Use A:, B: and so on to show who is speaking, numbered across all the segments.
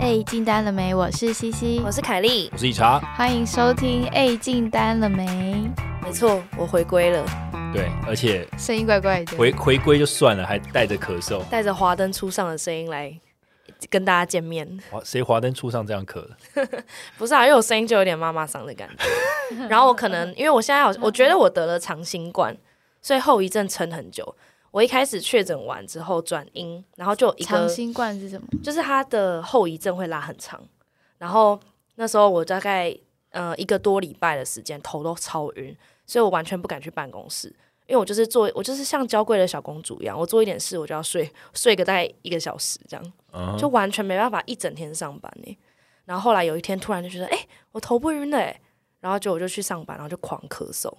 A: 哎，进单了没？我是西西
B: 我，是凯莉，
C: 我是一茶，
A: 欢迎收听。哎，进单了没？
B: 没错，我回归了，
C: 对，而且
A: 声音怪怪的。
C: 回回归就算了，还带着咳嗽。
B: 带着华灯初上的声音来跟大家见面。
C: 哇，谁华灯初上这样咳的？
B: 不是啊，因为我声音就有点妈妈嗓的感 觉。然后我可能因为我现在好，我觉得我得了长新冠，所以后遗症撑很久。我一开始确诊完之后转阴，然后就有一
A: 长
B: 个
A: 新冠是什么？
B: 就是它的后遗症会拉很长。然后那时候我大概呃一个多礼拜的时间，头都超晕，所以我完全不敢去办公室，因为我就是做我就是像娇贵的小公主一样，我做一点事我就要睡睡个大概一个小时这样，
C: 嗯，
B: 就完全没办法一整天上班呢、然后后来有一天突然就觉得，哎、我头不晕了、欸，然后就我就去上班，然后就狂咳嗽，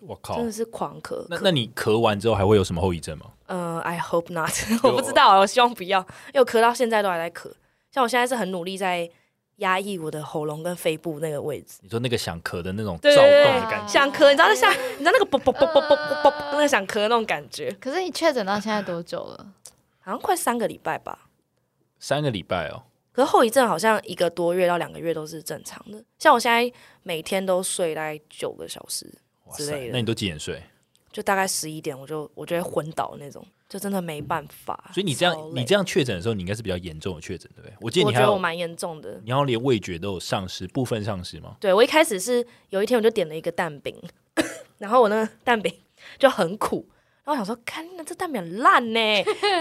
C: 我靠
B: 真。的是狂咳。
C: 那那你咳完之后还会有什么后遗症吗？
B: 呃，I hope not，我 不知道啊，我希望不要，因为我咳到现在都还在咳。像我现在是很努力在压抑我的喉咙跟肺部那个位置，
C: 你说那个想咳的那种躁
B: 对
C: 动
B: 对
C: 的感
A: 对
C: 觉，
B: 想咳，你知道那像
C: 哦
B: 你知道那个啵啵啵啵啵啵啵那个想咳的那种感觉，
A: 可是你确诊到现在多久
B: 嗯
A: 了？
B: 好像快三个礼拜吧。
C: 三个礼拜哦，
B: 可是后遗症好像一个多月到两个月都是正常的。像我现在每天都睡大概九个小时，
C: 哇
B: 之类
C: 塞
B: 的，
C: 那你都几点睡？
B: 就大概十一点我就我就会昏倒那种，就真的没办法。
C: 所以你这样
B: 超累
C: 你这样确诊的时候，你应该是比较严重的确诊，对不对？我记得
B: 我
C: 你
B: 觉
C: 还
B: 得我
C: 有，
B: 蛮严重的。
C: 你好像连味觉都有丧失，部分丧失吗？
B: 对我一开始是有一天我就点了一个蛋饼， 然后我那个蛋饼就很苦，然后我想说，看那这蛋饼很烂呢，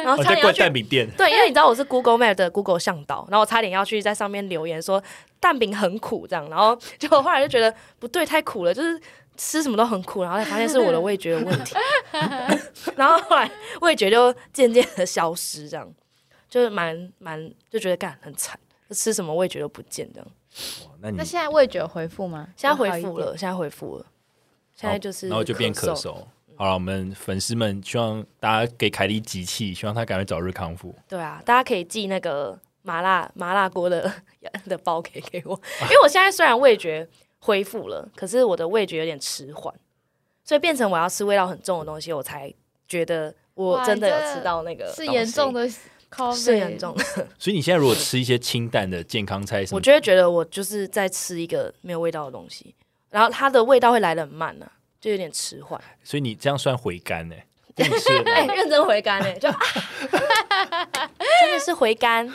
B: 然后
C: 哦，
B: 差
C: 在
B: 点要
C: 怪
B: 去。
C: 蛋饼店，
B: 对，因为你知道我是 Google Map 的 Google 向导，然后我差点要去在上面留言说蛋饼很苦这样，然后结果后来就觉得不对，太苦了，就是吃什么都很苦，然后才发现是我的味觉有问题，然后后来味觉就渐渐的消失，这样就是蛮蛮就觉得干很惨，就吃什么味觉都不见这样。
C: 哇那你
A: 那现在味觉有恢复吗？
B: 现在
A: 有好
B: 回
A: 一
B: 复
A: 点。
B: 了，现在回复了，现在就是
C: 然后就变咳
B: 嗽。
C: 嗽。好了，我们粉丝们希望大家给凯莉集气，希望她赶快早日康复。
B: 对啊，大家可以寄那个麻辣麻辣锅的的包给给我， 因为我现在虽然味觉恢复了，可是我的味觉有点迟缓，所以变成我要吃味道很重的东西，我才觉得我
A: 哇
B: 真的
A: 你真
B: 有
A: 的
B: 吃到那个
A: 是严重
B: 的。
A: 的 COVID，
B: 是严重。的，
C: 所以你现在如果吃一些清淡的健康菜，什
B: 我
C: 么
B: 就会觉得我就是在吃一个没有味道的东西，然后它的味道会来的很慢呢、就有点迟缓。
C: 所以你这样算回甘 呢、因为你吃了
B: 哎、
C: 吗
B: 认真回甘哎、
A: 欸
B: 就、啊、 真的是回甘，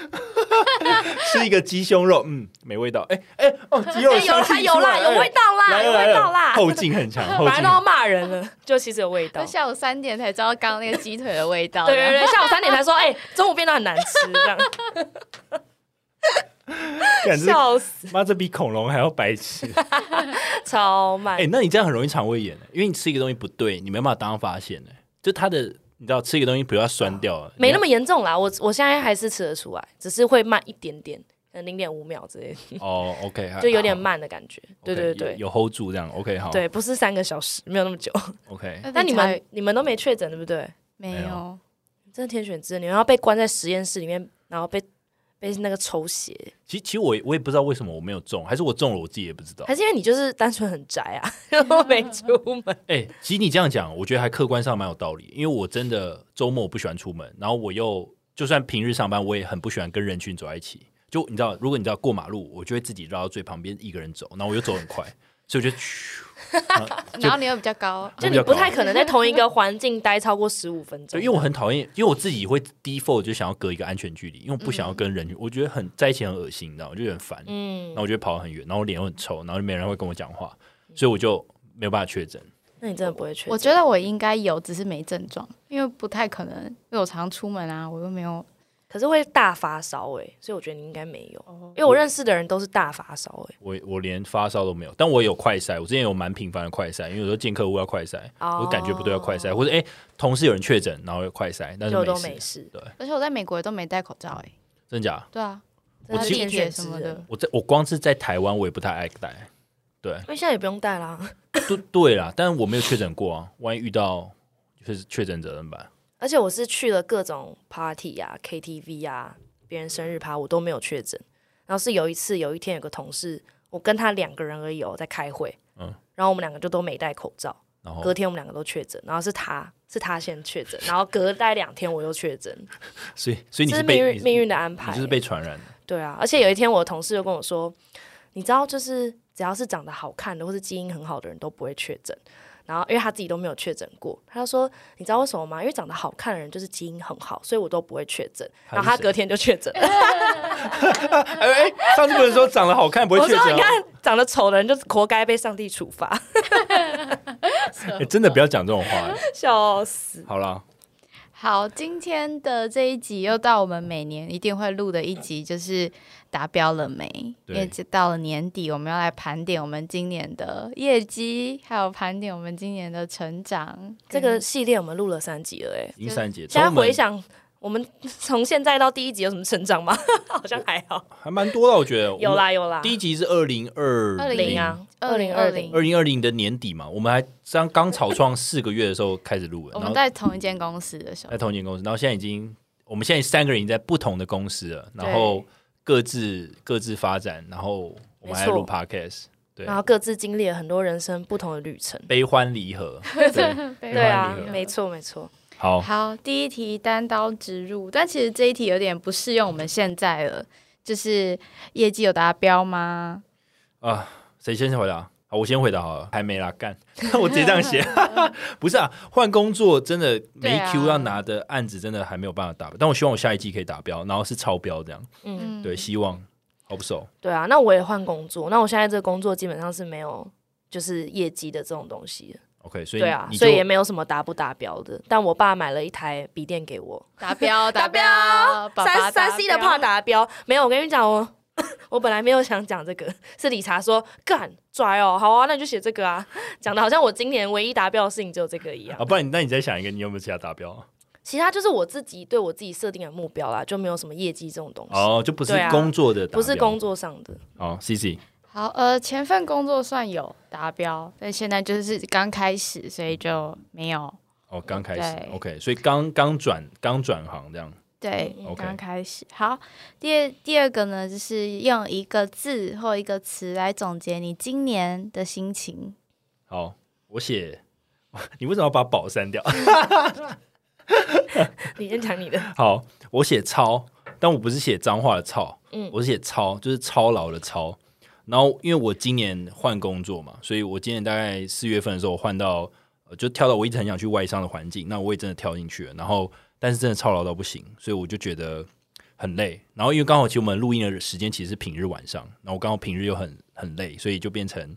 C: 吃一个鸡胸肉，嗯，没味道。哎、哎、哦，鸡肉
B: 哎有
C: 香
B: 啦
C: 气
B: 有
C: 出
B: 啦，
C: 来了
B: 有味道啦，
C: 来
B: 有
C: 了来
B: 味
C: 了
B: 道啦，
C: 后劲 很强，后
B: 本来
C: 劲
B: 都。要骂人了， 就其实有味道
A: 就。下午三点才知道刚刚那个鸡腿的味道。
B: 对对对，下午三点才说，哎、中午变得很难吃，这 样
C: 感觉
B: 笑死，
C: 妈这比恐龙还要白 痴。
B: 超慢。
C: 哎、那你这样很容易肠胃炎、欸，因为你吃一个东西不对，你没办法当场发现呢、就它的，你知道吃一个东西，比如它酸掉了，
B: 没那么严重啦，我我现在还是吃得出来，只是会慢一点点，可能零点五秒之类的，
C: 哦，OK，还
B: 就有点
C: 好
B: 慢的感觉。对
C: OK，
B: 对对
C: 有有 hold 住这样，OK，好，
B: 对，不是三个小时，没有那么久。
C: ，OK，
A: 那
B: 那你们你们都没确诊对不对？
A: 没
C: 没
A: 有
C: 有？
B: 真的天选之人，你们要被关在实验室里面，然后被被那个抽血，
C: 其实其实我也我也不知道为什么我没有中，还是我中了我自己也不知道。
B: 还是因为你就是单纯很宅啊， 然后没出门？
C: 哎、其实你这样讲，我觉得还客观上蛮有道理，因为我真的周末我不喜欢出门，然后我又就算平日上班，我也很不喜欢跟人群走在一起。就你知道，如果你知道过马路，我就会自己绕到最旁边一个人走，然后我又走很快，所以我就咻
A: 然后你又比较高，
B: 就你不太可能在同一个环境待超过十五分钟
C: 对，。因为我很讨厌，因为我自己会 default 就想要隔一个安全距离，因为我不想要跟人群，我觉得很在一起很恶心，你知道吗？我就很烦，
B: 嗯
C: 然，后我就会跑得很远，然后我脸又很臭，然后就没人会跟我讲话，所以我就没有办法确诊。
B: 那你真的不会确诊？
A: 我觉得我应该有，只是没症状，因为不太可能，因为我常出门啊，我又没有。
B: 可是会大发烧哎、所以我觉得你应该没有，
A: 哦
B: 因为我认识的人都是大发烧哎、
C: 我我连发烧都没有，但我有快筛，我之前有蛮频繁的快筛，因为有时候见客户要快筛，
B: 哦
C: 我感觉不对要快筛，或者哎、同事有人确诊，然后要快筛，但是
B: 就
C: 没
B: 都
C: 事，
B: 没事。
A: 而且我在美国也都没戴口罩、欸，哎，
C: 真假？
A: 对啊，
B: 我
A: 搭
B: 其
A: 地铁什么
B: 天选之
A: 的
B: 人，，
C: 我在我光是在台湾，我也不太爱戴，对
B: 因为现在也不用戴啦，
C: 对对啦，但我没有确诊过啊，万一遇到就是确诊者怎么办？
B: 而且我是去了各种 party 啊、KTV 啊、别人生日趴，我都没有确诊。然后是有一次，有一天有个同事，我跟他两个人而已哦，在开会，
C: 嗯哦
B: 然后我们两个就都没戴口罩，
C: 然后
B: 隔天我们两个都确诊，然后是他是他先确诊，然后隔大概两天我又确诊，
C: 所以所以你
B: 这
C: 是
B: 命
C: 被
B: 运
C: 你
B: 命运的安排、
C: 你就是被传染的，
B: 对啊，而且有一天我的同事就跟我说，你知道，就是只要是长得好看的或是基因很好的人都不会确诊。然后，因为他自己都没有确诊过，他就说：“你知道为什么吗？因为长得好看的人就是基因很好，所以我都不会确诊。”
C: 他是
B: 然后他
C: 谁
B: 隔天就确诊了。
C: 哎、哎上次不是说长得好看不会
B: 我
C: 确
B: 说：“
C: 诊啊
B: 你
C: 吗？
B: 看，长得丑的人就是活该被上帝处 罚，
C: 哎真的不要讲这种话、哎
B: 笑死。
C: 好啦，
A: 好，今天的这一集又到我们每年一定会录的一集，就是达标了没？因
C: 对
A: 为到了年底，我们要来盘点我们今年的业绩，还有盘点我们今年的成长。”嗯
B: 这个嗯系列我们录了三集了，哎，
C: 已经三节，
B: 现在
C: 从我们
B: 回想，我们 从现在到第一集有什么成长吗？ 好像还好，
C: 还蛮多的，我觉得
B: 有。
C: 我们
B: 啦有啦。
C: 第一集是二零二
B: 零啊，
A: 二零二零
C: 二零二零的年底嘛，我们还刚刚草创四个月的时候开始录的，
A: 我
C: 然
A: 们
C: 后
A: 在同一间公司的时候
C: 在，同一间公司，然后现在已经我们现在三个人已经在不同的公司了，然后各自各自发展，然后我们还在录
B: 没错
C: podcast，对
B: 然，后各自经历了很多人生不同的旅程。
C: 悲欢离 合，对，
B: 对啊
C: 没有，
B: 没错没错，
C: 好，
A: 好，第一题单刀直入，但其实这一题有点不适用我们现在了，就是业绩有达标吗？
C: 啊，谁先回答？好，我先回答好了，还没啦，干， 我直接这样写， 不是啊，换工作真的
A: 对
C: 没
A: 啊
C: Q 要拿的案子真的还没有办法达标，但我希望我下一季可以达标，然后是超标这样，
B: 嗯，
A: 嗯，
C: 对，希望好不熟，
B: 对啊。那我也换工作，那我现在这个工作基本上是没有就是业绩的这种东西的，
C: OK，所以
B: 对啊，
C: 你就
B: 所以也没有什么达不达标的。但我爸买了一台笔电给我，
A: 达标，达标，爸爸
B: 三
A: 达
B: 三
A: 标
B: C 的怕达标，没有，我 跟你讲哦。我本来没有想讲这个，是理查说干拽哦，好啊，那你就写这个啊， 讲的好像我今年唯一达标的事情只有这个一样
C: 啊，，不然你那你再想一个，你有没有其他达标？
B: 其他就是我自己对我自己设定的目标啦，就没有什么业绩这种东西，
C: 哦，就不是
B: 对啊
C: 工作的达标，
B: 不是工作上的。
C: 哦，C C，
A: 好，呃，前份工作算有达标，但现在就是刚开始，所以就没有。
C: 哦，刚开
A: 对
C: 始，OK，所以刚刚转刚转行这样，
A: 对
B: 嗯，
C: OK
A: 刚开始。好，第二第二个呢，就是用一个字或一个词来总结你今年的心情。
C: 好，我写， 你为什么要把宝删掉？
B: 你先讲你的，
C: 好，我写超，但我不是写脏话的操，
B: 嗯
C: 我是写超，就是操劳的操。然后因为我今年换工作嘛，所以我今年大概四月份的时候我换到，呃就跳到我一直很想去外商的环境，那我也真的跳进去了。然后但是真的操劳到不行，所以我就觉得很累。然后因为刚好其实我们录音的时间其实是平日晚上，然后我刚好平日又很很累，所以就变成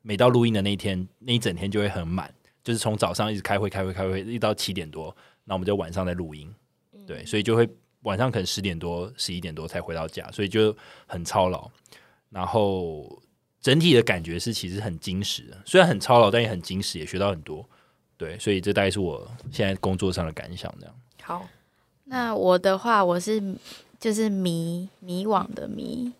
C: 每到录音的那一天，那一整天就会很满，就是从早上一直开会开会开会，一直到七点多，那我们就晚上再录音。
B: 嗯
C: 对，所以就会晚上可能十点多、十一点多才回到家，所以就很操劳。然后整体的感觉是其实很精实的，虽然很操劳，但也很精实，也学到很多。对，所以这大概是我现在工作上的感想。这样，
B: 好，
A: 那我的话，我是就是迷迷惘的迷，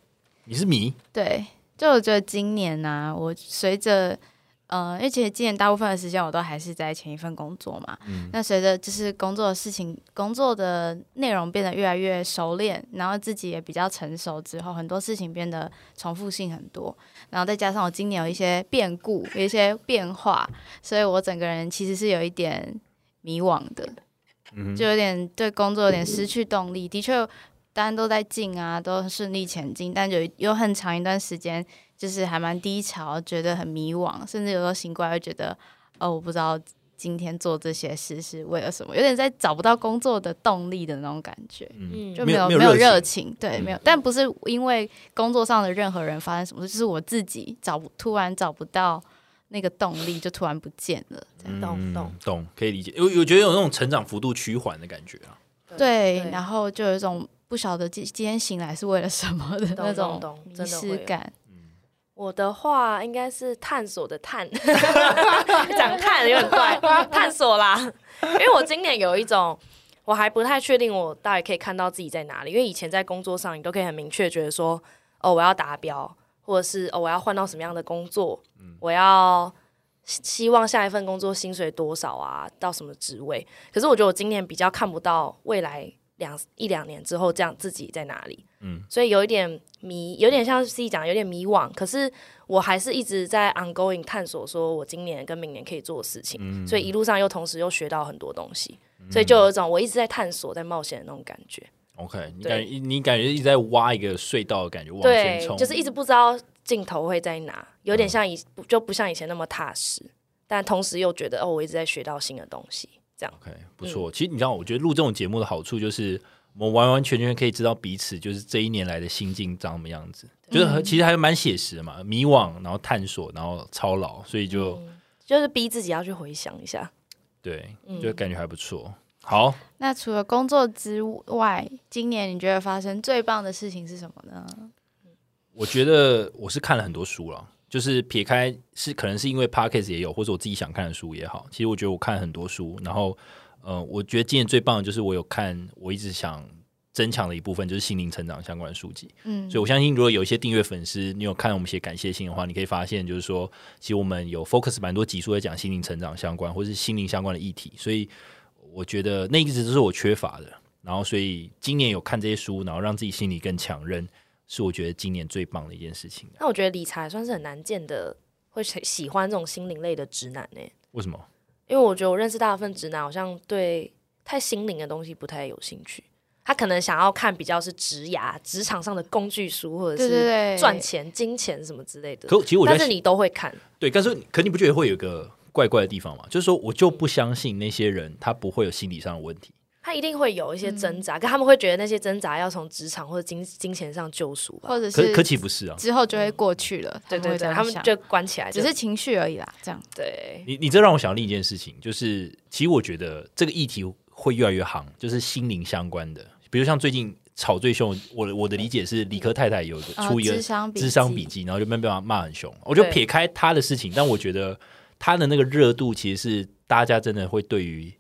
C: 你是迷
A: 对，就我觉得今年呢、我随着呃，因为其实今年大部分的时间我都还是在前一份工作嘛。那随着就是工作的事情、工作的内容变得越来越熟练，然后自己也比较成熟之后，很多事情变得重复性很多。然后再加上我今年有一些变故、有一些变化，所以我整个人其实是有一点迷惘的。
C: 嗯
A: 就有点对工作有点失去动力。的确，大家都在进啊，都顺利前进，但有有很长一段时间就是还蛮低潮，觉得很迷惘，甚至有时候醒过来会觉得，哦，我不知道今天做这些事是为了什么，有点在找不到工作的动力的那种感觉。
C: 嗯，
A: 就
C: 没有
A: 有
C: 没
A: 没
C: 有热
A: 热情，对，
C: 嗯
A: 没有，但不是因为工作上的任何人发生什么事，就是我自己找不突然找不到那个动力，就突然不见了。这样
B: 懂懂
C: 嗯懂，可以理解。我我觉得有那种成长幅度趋缓的感觉啊。
A: 对，然后就有一种不晓得今今天醒来是为了什么的
B: 懂
A: 那种
B: 懂懂
A: 迷
B: 真的
A: 失
B: 会啊有
A: 感。
B: 我的话应该是探索的探，讲探有点怪，探索啦。因为我今年有一种，我还不太确定我到底可以看到自己在哪里。因为以前在工作上，你都可以很明确觉得说，哦，我要达标，或者是哦，我要换到什么样的工作，我要希希望下一份工作薪水多少啊，到什么职位。可是我觉得我今年比较看不到未来两一两年之后这样自己在哪里。
C: 嗯
B: 所以有一点迷，有点像 C 讲，有点迷惘。可是我还是一直在 ongoing 探索，说我今年跟明年可以做的事情。
C: 嗯
B: 所以一路上又同时又学到很多东西，所以就有一种我一直在探索、在冒险的那种感觉。
C: OK，你
B: 对
C: 感觉你感觉一直在挖一个隧道的感觉，往前
B: 对
C: 冲，，嗯
B: 就是一直不知道镜头会在哪，有点像以就不像以前那么踏实，但同时又觉得哦，我一直在学到新的东西，这样
C: OK，不错。其实你知道，我觉得录这种节目的好处就是，我们完完全全可以知道彼此就是这一年来的心境长什么样子，就是很其实还蛮写实的嘛，迷惘，然后探索，然后操劳，所以就、
B: 就是逼自己要去回想一下。
C: 对，就感觉还不错。好，
A: 那除了工作之外，今年你觉得发生最棒的事情是什么呢？
C: 我觉得我是看了很多书了，就是撇开是可能是因为 Podcast 也有，或者我自己想看的书也好，其实我觉得我看很多书，然后呃，我觉得今年最棒的就是我有看我一直想增强的一部分就是心灵成长相关的书籍。
A: 嗯
C: 所以我相信，如果有一些订阅粉丝，你有看我们写感谢信的话，你可以发现，就是说，其实我们有 focus 蛮多集数在讲心灵成长相关，或是心灵相关的议题。所以我觉得那一直都是我缺乏的。然后，所以今年有看这些书，然后让自己心里更强韧，是我觉得今年最棒的一件事情。
B: 那我觉得理查也算是很难见的会喜喜欢这种心灵类的直男欸呢、
C: 为什么？
B: 因为我觉得我认识大部分直男好像对太心灵的东西不太有兴趣，他可能想要看比较是职涯、职场上的工具书或者
A: 对对
B: 是
A: 对，
B: 赚钱、金钱什么之类的。
C: 可其实我觉
B: 但
C: 得
B: 是你都会看，
C: 对，但是可你不觉得会有一个怪怪的地方吗？就是说，我就不相信那些人他不会有心理上的问题。
B: 他一定会有
A: 嗯
B: 一些挣扎，可他们会觉得那些挣扎要从职场或者金金钱上救赎吧？
A: 或者
C: 可
A: 是
C: 可岂不是啊？
A: 之后就会过去了，
B: 对
A: 他们
B: 对
A: 会这
B: 对，
A: 样
B: 他们
A: 想
B: 就关起来就，
A: 只是情绪而已啦，这样。
B: 对
C: 你你这让我想到另一件事情，就是其实我觉得这个议题会越来越行，就是心灵相关的，比如像最近吵最凶，我的我的理解是理科太太有一个
A: 呃
C: 出一个
A: 智商笔
C: 智商
A: 记
C: 笔记，然后就被被骂骂很凶。我就撇开他的事情，但我觉得他的那个热度其实是大家真的会对于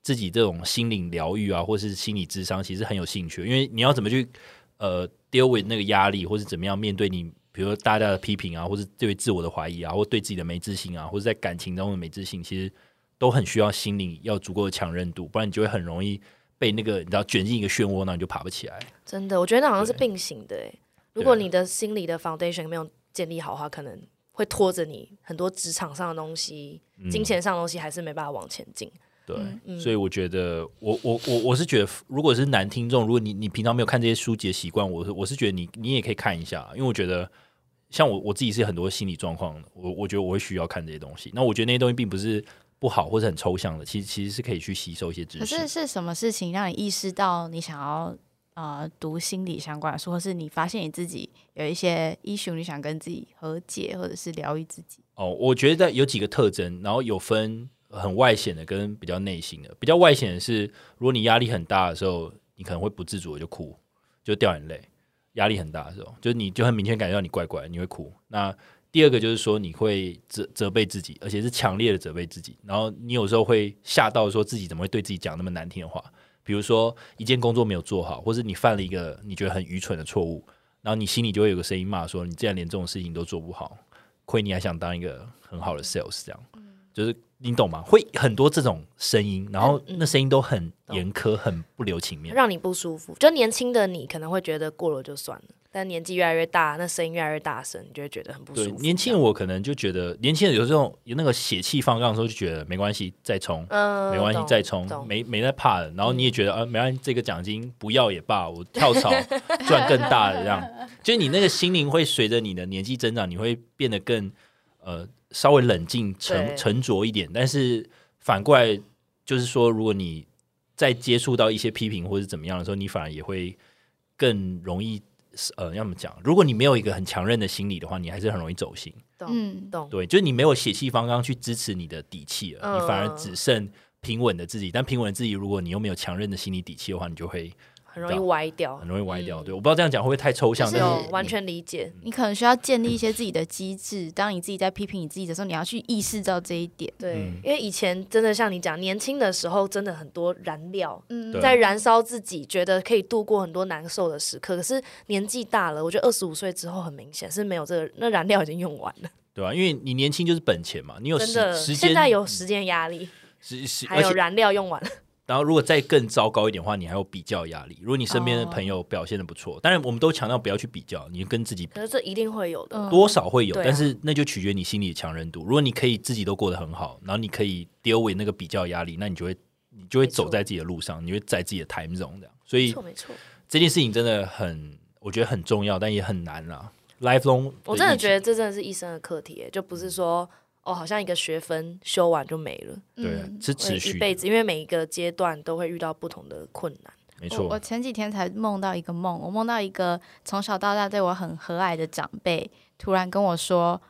C: 自己这种心灵疗愈啊，或是心理智商，其实很有兴趣的，因为你要怎么去呃 deal with 那个压力，或是怎么样面对你，比如说大家的批评啊，或是对自我的怀疑啊，或对自己的没自信啊，或者在感情当中的没自信，其实都很需要心理要足够的强韧度，不然你就会很容易被那个你知道卷进一个漩涡，然后你就爬不起来。
B: 真的，我觉得那好像是
C: 对啊
B: 并行的欸。如果你的心理的 foundation 没有建立好的话，可能会拖着你很多职场上的东西、
C: 嗯
B: 金钱上的东西，还是没办法往前进。
C: 对，
A: 嗯
C: 所以我觉得，我我我我是觉得，如果是男听众，如果你你平常没有看这些书籍的习惯，我是我是觉得你你也可以看一下，因为我觉得像我我自己是很多心理状况，我我觉得我会需要看这些东西。那我觉得那些东西并不是不好或者很抽象的，其实其实是可以去吸收一些知
A: 可
C: 识。
A: 是是什么事情让你意识到你想要呃读心理相关的书，或是你发现你自己有一些 issue，你想跟自己和解，或者是疗愈自己？
C: 哦，我觉得有几个特征，然后有分很外显的跟比较内心的。比较外显的是，如果你压力很大的时候，你可能会不自主的就哭，就掉眼泪。压力很大的时候，就是你就很明显感觉到你怪怪，你会哭。那第二个就是说，你会责责备自己，而且是强烈的责备自己。然后你有时候会吓到，说自己怎么会对自己讲那么难听的话。比如说，一件工作没有做好，或是你犯了一个你觉得很愚蠢的错误，然后你心里就会有个声音骂说：“你竟然连这种事情都做不好，亏你还想当一个很好的 sales，这样，就是你懂吗？会很多这种声音，然后那声音都很严苛，很不留情面。
B: 让你不舒服。就年轻的你可能会觉得过了就算了，但年纪越来越大，那声音越来越大声，你就会觉得很不舒
C: 对，
B: 服。
C: 年轻人我可能就觉得，年轻人有这种有那个血气方刚的时候，就觉得没关系，再冲，
B: 嗯
C: 没关系，
B: 懂
C: 再冲，
B: 懂嗯
C: 没没在怕的。然后你也觉得，啊，没关系，这个奖金不要也罢，我跳槽 赚更大的这样。就是你那个心灵会随着你的年纪增长，你会变得更呃稍微冷静、沉
B: 对
C: 沉着一点。但是反过来就是说，如果你在接触到一些批评或者怎么样的时候，你反而也会更容易。呃，要怎么讲？如果你没有一个很强韧的心理的话，你还是很容易走心。
B: 懂
A: 嗯，
B: 懂。
C: 对，就是你没有血气方刚去支持你的底气了，
B: 嗯
C: 你反而只剩平稳的自己。但平稳的自己，如果你又没有强韧的心理底气的话，你就会
B: 很容易歪掉
C: 很，容易歪掉。嗯对，我不知道这样讲会不会太抽象，
A: 就是
C: 但
B: 有嗯
C: 是
B: 哦完
C: 你
B: 全理解。
A: 你可能需要建立一些自己的机制。当你自己在批评你自己的时候，你要去意识到这一点。
B: 对，
C: 嗯
B: 因为以前真的像你讲，年轻的时候真的很多燃料
A: 嗯
C: 对
B: 在燃烧自己，觉得可以度过很多难受的时刻。可是年纪大了，我觉得二十五岁之后很明显是没有这个，那燃料已经用完了，
C: 对啊吧、因为你年轻就是本钱嘛，你有
B: 真
C: 时
B: 的。
C: 时间，
B: 现在有时间压力，
C: 时时，
B: 还
C: 而
B: 有
C: 且
B: 燃料用完了，
C: 然后如果再更糟糕一点的话，你还有比较压力。如果你身边
B: 哦
C: 的朋友表现的不错，当然我们都强调不要去比较，你跟自己比
B: 可是这一定会有的。
A: 嗯
C: 多少会有，
B: 对啊
C: 但是那就取决你心理的强韧度。如果你可以自己都过得很好，然后你可以 deal with 那个比较压力，那你就会你就会
B: 没错
C: 走在自己的路上，你就会在自己的 time zone 这样。所
B: 没
C: 以
B: 错没错，
C: 这件事情真的很，我觉得很重要，但也很难啦。lifelong，
B: 我真的觉得
C: 得
B: 这真的是一生的课题耶，就不是说哦，好像一个学分修完就没了，
C: 对啊
A: 嗯
C: 是
B: 会
C: 持续
B: 一
C: 的
B: 辈子，因为每一个阶段都会遇到不同的困难。
C: 没
A: 我我
C: 错，
A: 前几天才梦到一个梦，我梦到一个从小到大对我很和蔼的长辈，突然跟我说：“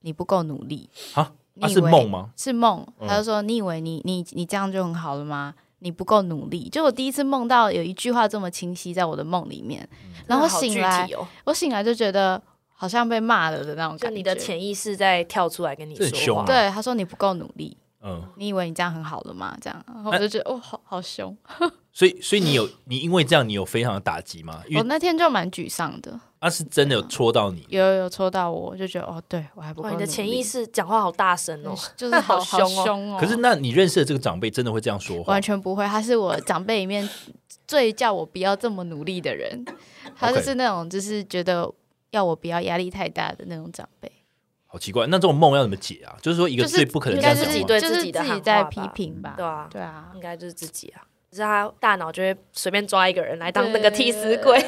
A: 你不够努力。”
C: 啊，
A: 你
C: 那、
A: 以
C: 是
A: 为
C: 梦吗？
A: 是梦，
C: 嗯
A: 他就说：“你以为你你你这样就很好了吗？你不够努力。”就我第一次梦到有一句话这么清晰在我的梦里面，
C: 嗯
A: 然后
B: 真的好
A: 醒
B: 具
A: 来
B: 体，哦，
A: 我醒来就觉得好像被骂了的那种
B: 就
A: 感觉。
B: 你的潜意识在跳出来跟你
C: 这很
B: 说
C: 凶
B: 话
C: 啊。
A: 对他说：“你不够努力，
C: 嗯，
A: 你以为你这样很好了吗？”这样，然后我就觉得、哦，好好凶。
C: 所以所以你有你因为这样你有非常的打击吗？因
A: 我
C: 为
A: 那天就蛮沮丧的，
C: 他是真的有戳到你，
A: 有有戳到我，我就觉得哦，对我还不够
B: 哇，
A: 努
B: 你
A: 力。
B: 的潜意识讲话好大声哦
A: 很，就是好 好
B: 好凶哦
A: 凶哦。
C: 可是那你认识的这个长辈真的会这样说 话
A: 完？全不会，他是我长辈里面最叫我不要这么努力的人，他就是那种就是觉得要我不要压力太大的那种长辈，
C: 好奇怪，那这种梦要怎么解啊？就是说一个
A: 就是
C: 最不可能
A: 应该
C: 这样
A: 就是
B: 自
C: 讲
B: 己
C: 话，
B: 对
A: 就是
B: 自己的喊话
A: 在
B: 吧
A: 批评吧，
B: 对啊
A: 对啊，
B: 应该就是自己啊，就是他大脑就会随便抓一个人来当那个替死
A: 对
B: 鬼。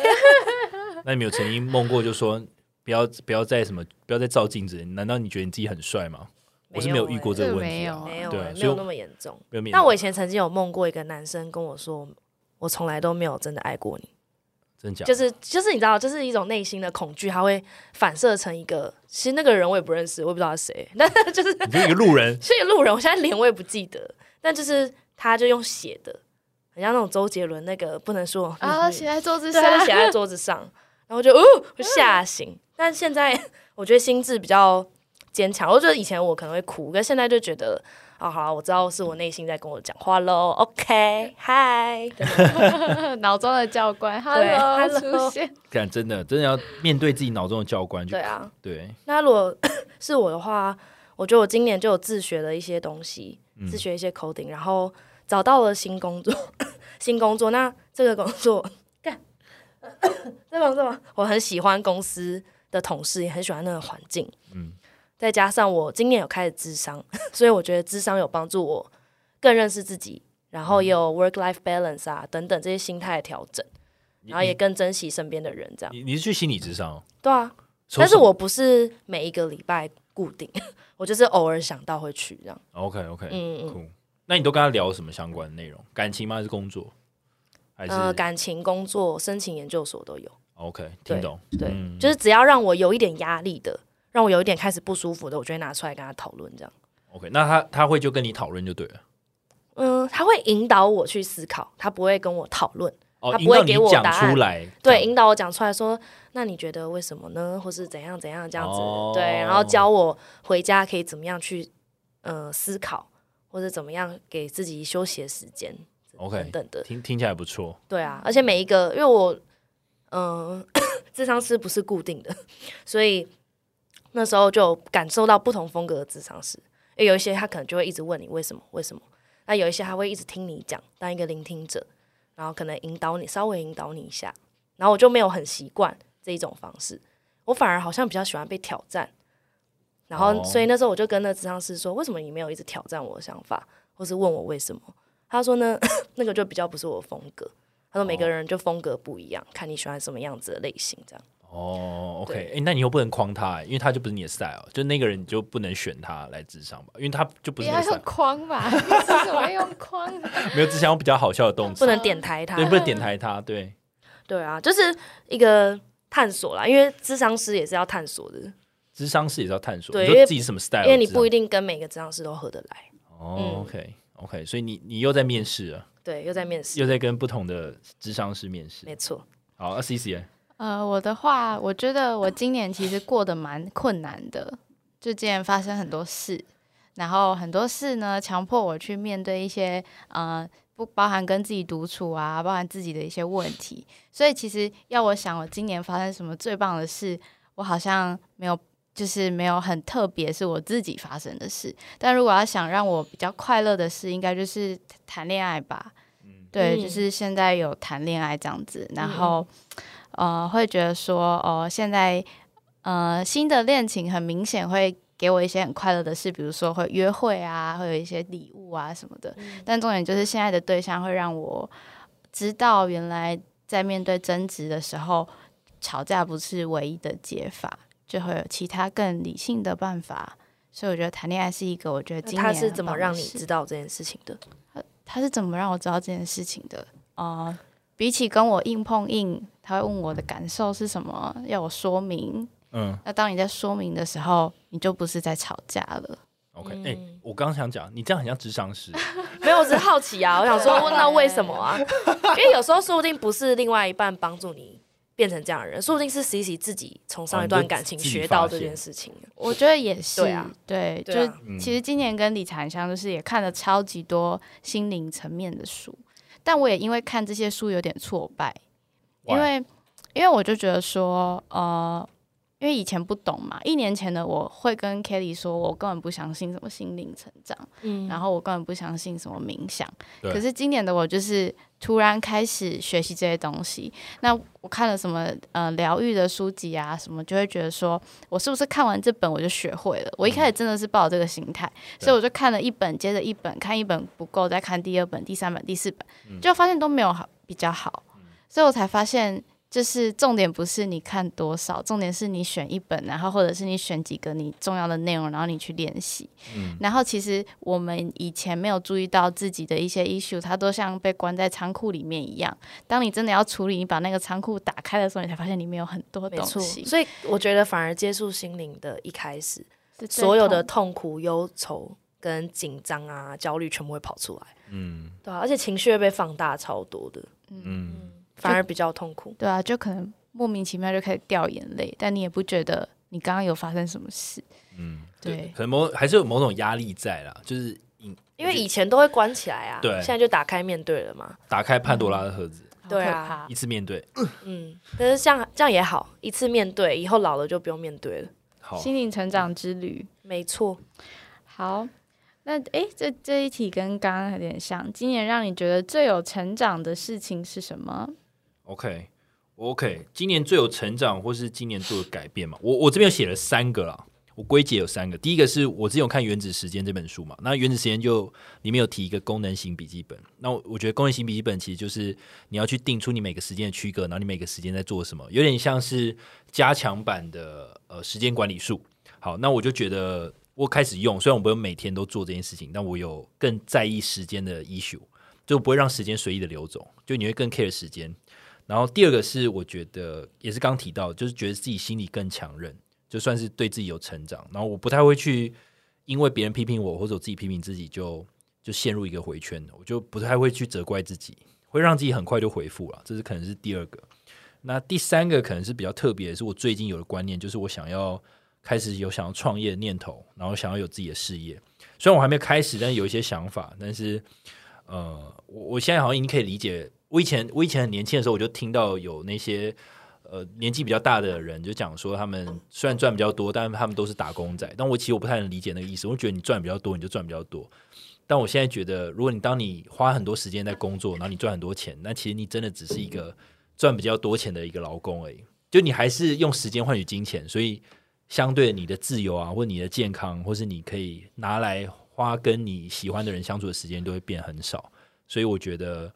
C: 那你们有曾经梦过，就说不要不要再什么，不要再照镜子？难道你觉得你自己很帅吗？我是没有遇过
B: 欸
C: 这个问
A: 没
C: 题、
A: 有
C: 啊，
A: 欸
B: 没有
C: 对
B: 欸，没
C: 所以
B: 有
C: 我
B: 那么严重。
C: 没有面对。
B: 但我以前曾经有梦过一个男生跟我说，我从来都没有真的爱过你，
C: 真假
B: 就
C: 的
B: 是就是你知道，就是一种内心的恐惧，它会反射成一个，其实那个人我也不认识，我也不知道他是谁， 但是就是，
C: 你就一个路人
B: 是一个路人，我现在脸我也不记得，但就是他就用写的，很像那种周杰伦那个不能说
A: 啊，
B: 嗯
A: 写在桌子
B: 对，
A: 上，
B: 他就写在桌子上，然后我就哦，我吓醒。但现在我觉得心智比较坚强，我觉得以前我可能会哭，可是现在就觉得啊，好啊我知道是我内心在跟我讲话喽。OK，嗨，
A: 脑中的教官
B: 对啊
A: ，Hello 出
B: ，Hello
A: 现，
C: 干真的真的要面对自己脑中的教官，就
B: 对啊。
C: 对，
B: 那如果 是我的话，我觉得我今年就有自学的一些东西，
C: 嗯
B: 自学一些 coding，然后找到了新工作， 新工作。那这个工作 干，这个工作我很喜欢公司的同事，也很喜欢那个环境。
C: 嗯
B: 再加上我今年有开始智商， 所以我觉得智商有帮助我更认识自己，然
C: 嗯
B: 后也有 work life balance 啊等等这些心态的调整，
C: 你
B: 然后也更珍惜身边的人，这样
C: 你你是去心理智商哦、
B: 对啊。
C: 说
B: 但是
C: 什么
B: 我不是每一个礼拜固定， 我就是偶尔想到会去这样。
C: OK OK，
B: 嗯嗯
C: 酷、那你都跟他聊什么相关的内容？感情吗？还是工作？还是、
B: 呃，感情、工作、申请研究所都有。
C: OK？
B: 对
C: 听懂？
B: 对，
C: 嗯
B: 就是只要让我有一点压力的，让我有一点开始不舒服的，我就会拿出来跟他讨论这样。
C: OK，那他他会就跟你讨论就对了。
B: 嗯，他会引导我去思考，他不会跟我讨论。
C: 哦
B: 他，
C: 引
B: 不会
C: 导你
B: 给我
C: 讲
B: 答案
C: 出来，
B: 对，
C: 这样
B: 引导我讲出来说，那你觉得为什么呢？或是怎样怎样这样子，
C: 哦
B: 对，然后教我回家可以怎么样去呃思考，或者怎么样给自己休息的时间
C: OK
B: 等等的，
C: 听听起来不错。
B: 对啊，而且每一个，因为我嗯， 智商师不是固定的，所以那时候就感受到不同风格的智商师，因为有一些他可能就会一直问你为什么为什么，那有一些他会一直听你讲，当一个聆听者，然后可能引导你稍微引导你一下，然后我就没有很习惯这一种方式，我反而好像比较喜欢被挑战，然后、
C: 哦
B: 所以那时候我就跟那智商师说，为什么你没有一直挑战我的想法，或是问我为什么？他说呢， 那个就比较不是我的风格。他说每个
C: 哦
B: 人就风格不一样，看你喜欢什么样子的类型，这样。
C: 哦，OK，
B: 对
C: 哎、那你又不能框他、因为他就不是你的 style，就那个人你就不能选他来智商吧，因为他就不
A: 不
C: 是你的
A: 要用
C: style，
A: 框吧， 为什么用框？
C: 没有智商比较好笑的动
B: 不
C: 词，
B: 能点台他
C: 对，。不能点台他，对，
B: 对啊，就是一个探索啦，因为智商师也是要探索的，
C: 智商是也是要探索，
B: 对
C: 你
B: 因为
C: 说自己什么 style，
B: 因为你不一
C: 定。
B: 定跟每个智商师都合得来。
C: 哦
B: 嗯
C: ，OK OK，所以你你又在面试了，
B: 对，又在面试，
C: 又在跟不同的智商师面试
B: 没。错。
A: 哎
C: 好，那 C C 呢
A: 呃，我的话，我觉得我今年其实过得蛮困难的，就今年发生很多事，然后很多事呢，强迫我去面对一些呃，不包含跟自己独处啊，包含自己的一些问题。所以其实要我想，我今年发生什么最棒的事，我好像没有。就是没有很特别，是我自己发生的事。但如果要想让我比较快乐的事，应该就是谈恋爱吧。对，就
B: 嗯
A: 是现在有谈恋爱这样子，然
B: 嗯嗯
A: 后呃，会觉得说，哦、现在呃，新的恋情很明显会给我一些很快乐的事，比如说会约会啊，会有一些礼
B: 嗯
A: 物啊什么的。但重点就是现在的对象会让我知道，原来在面对争执的时候，吵架不是唯一的解法，就会有其他更理性的办法。所以我觉得谈恋爱是一个，我觉得今年
B: 他是怎么
A: 很棒的
B: 让你
A: 事
B: 知道这件事情的？
A: 他是怎么让我知道这件事情的？哦、比起跟我硬碰硬，他会问我的感受是什么，要我说明。
C: 嗯
A: 那当你在说明的时候，你就不是在吵架了。
C: ，OK，
B: 嗯
C: 哎、我刚想讲，你这样很像智 商师，
B: 没有，我只是好奇啊，我想说问到为什么啊？因为有时候说不定不是另外一半帮助你变成这样的人，说不定是 C C 自己从上一段感情学到这件事情。
A: 我觉得也是，
B: 对啊
A: 对
B: 对啊
A: 就其实今年跟理查很像，就是也看了超级多心灵层面的书，但我也因为看这些书有点挫败，因
C: Why？
A: 为因为我就觉得说，呃，因为以前不懂嘛，一年前的我会跟 Kelly 说，我根本不相信什么心灵成长。
B: 嗯
A: 然后我根本不相信什么冥想。
C: 对
A: 可是今年的我就是突然开始学习这些东西。那我看了什么呃疗愈的书籍啊，什么就会觉得说，我是不是看完这本我就学会了？我一开始真的是抱这个心态，
C: 对
A: 所以我就看了一本接着一本，看一本不够，再看第二本、第三本、第四
C: 嗯
A: 本，就发现都没有好比较好，所以我才发现。就是重点不是你看多少，重点是你选一本，然后或者是你选几个你重要的内容，然后你去练习。
C: 嗯
A: 然后其实我们以前没有注意到自己的一些 issue，它都像被关在仓库里面一样。当你真的要处理，你把那个仓库打开的时候，你才发现里面有很多
B: 没
A: 东
B: 错，
A: 西。
B: 所以我觉得反而接触心灵的一开始，
A: 是最
B: 所有的
A: 痛
B: 痛苦、忧愁跟紧张啊、焦虑全部会跑出来，
C: 嗯
B: 对啊，而且情绪会被放大超多的，
C: 嗯，
B: 反而比较痛苦。
A: 对啊，就可能莫名其妙就开始掉眼泪，但你也不觉得你刚刚有发生什么事。嗯，对，
C: 可能某还是有某种压力在啦，就是你
B: 因为以前都会关起来啊，
C: 对
B: 现在就打开面对了嘛。
C: 打开潘多拉的盒子，
A: 好
B: 对
A: 可
B: 啊
A: 怕
C: 一。次面对，
B: 嗯，但是这样这样也好，一次面对，以后老了就不用面对了。
C: 好，
A: 心灵成长之旅。
B: 没错，
A: 好，那诶，这这一题跟刚刚有点像。今年让你觉得最有成长的事情是什么？
C: OK OK，今年最有成长或是今年做的改变嘛？我我这边有写了三个啦，我归结有三个。第一个是我之前有看《原子时间》这本书嘛，那《原子时间》就里面有提一个功能型笔记本。那我我觉得功能型笔记本其实就是你要去定出你每个时间的区隔，然后你每个时间在做什么，有点像是加强版的呃时间管理术。好，那我就觉得我开始用，虽然我不用每天都做这件事情，但我有更在意时间的 issue，就不会让时间随意的流走，就你会更 care 时间。然后第二个是我觉得也是刚提到，就是觉得自己心里更强韧，就算是对自己有成长。然后我不太会去因为别人批评我或者我自己批评自己就就陷入一个回圈，我就不太会去责怪自己，会让自己很快就回复了。这是可能是第二个。那第三个可能是比较特别的，是我最近有的观念，就是我想要开始有想要创业的念头，然后想要有自己的事业。虽然我还没有开始，但有一些想法，但是呃，我我现在好像已经可以理解，我以前我以前很年轻的时候，我就听到有那些呃年纪比较大的人就讲说，他们虽然赚比较多，但他们都是打工仔。但我其实我不太能理解那个意思，我觉得你赚比较多，你就赚比较多。但我现在觉得，如果你当你花很多时间在工作，然后你赚很多钱，那其实你真的只是一个赚比较多钱的一个劳工而已。就你还是用时间换取金钱，所以相对你的自由啊，或你的健康，或是你可以拿来花跟你喜欢的人相处的时间，都会变很少。所以我觉得，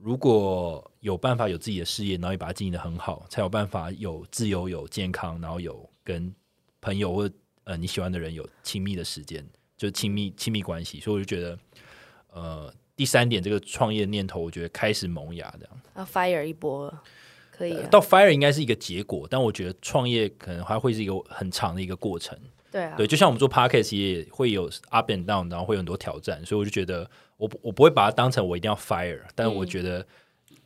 C: 如果有办法有自己的事业，然后也把它经营的很好，才有办法有自由、有健康，然后有跟朋友或呃你喜欢的人有亲密的时间，就是亲密亲密关系。所以我就觉得，呃，第三点这个创业念头，我觉得开始萌芽这样。
B: 要 fire 一波了，可以、啊。
C: 到 fire 应该是一个结果，但我觉得创业可能还会是一个很长的一个过程。
B: 对啊，
C: 对，就像我们做 podcast 也会有 up and down，然后会有很多挑战，所以我就觉得我不我不会把它当成我一定要 fire，但
B: 嗯
C: 我觉得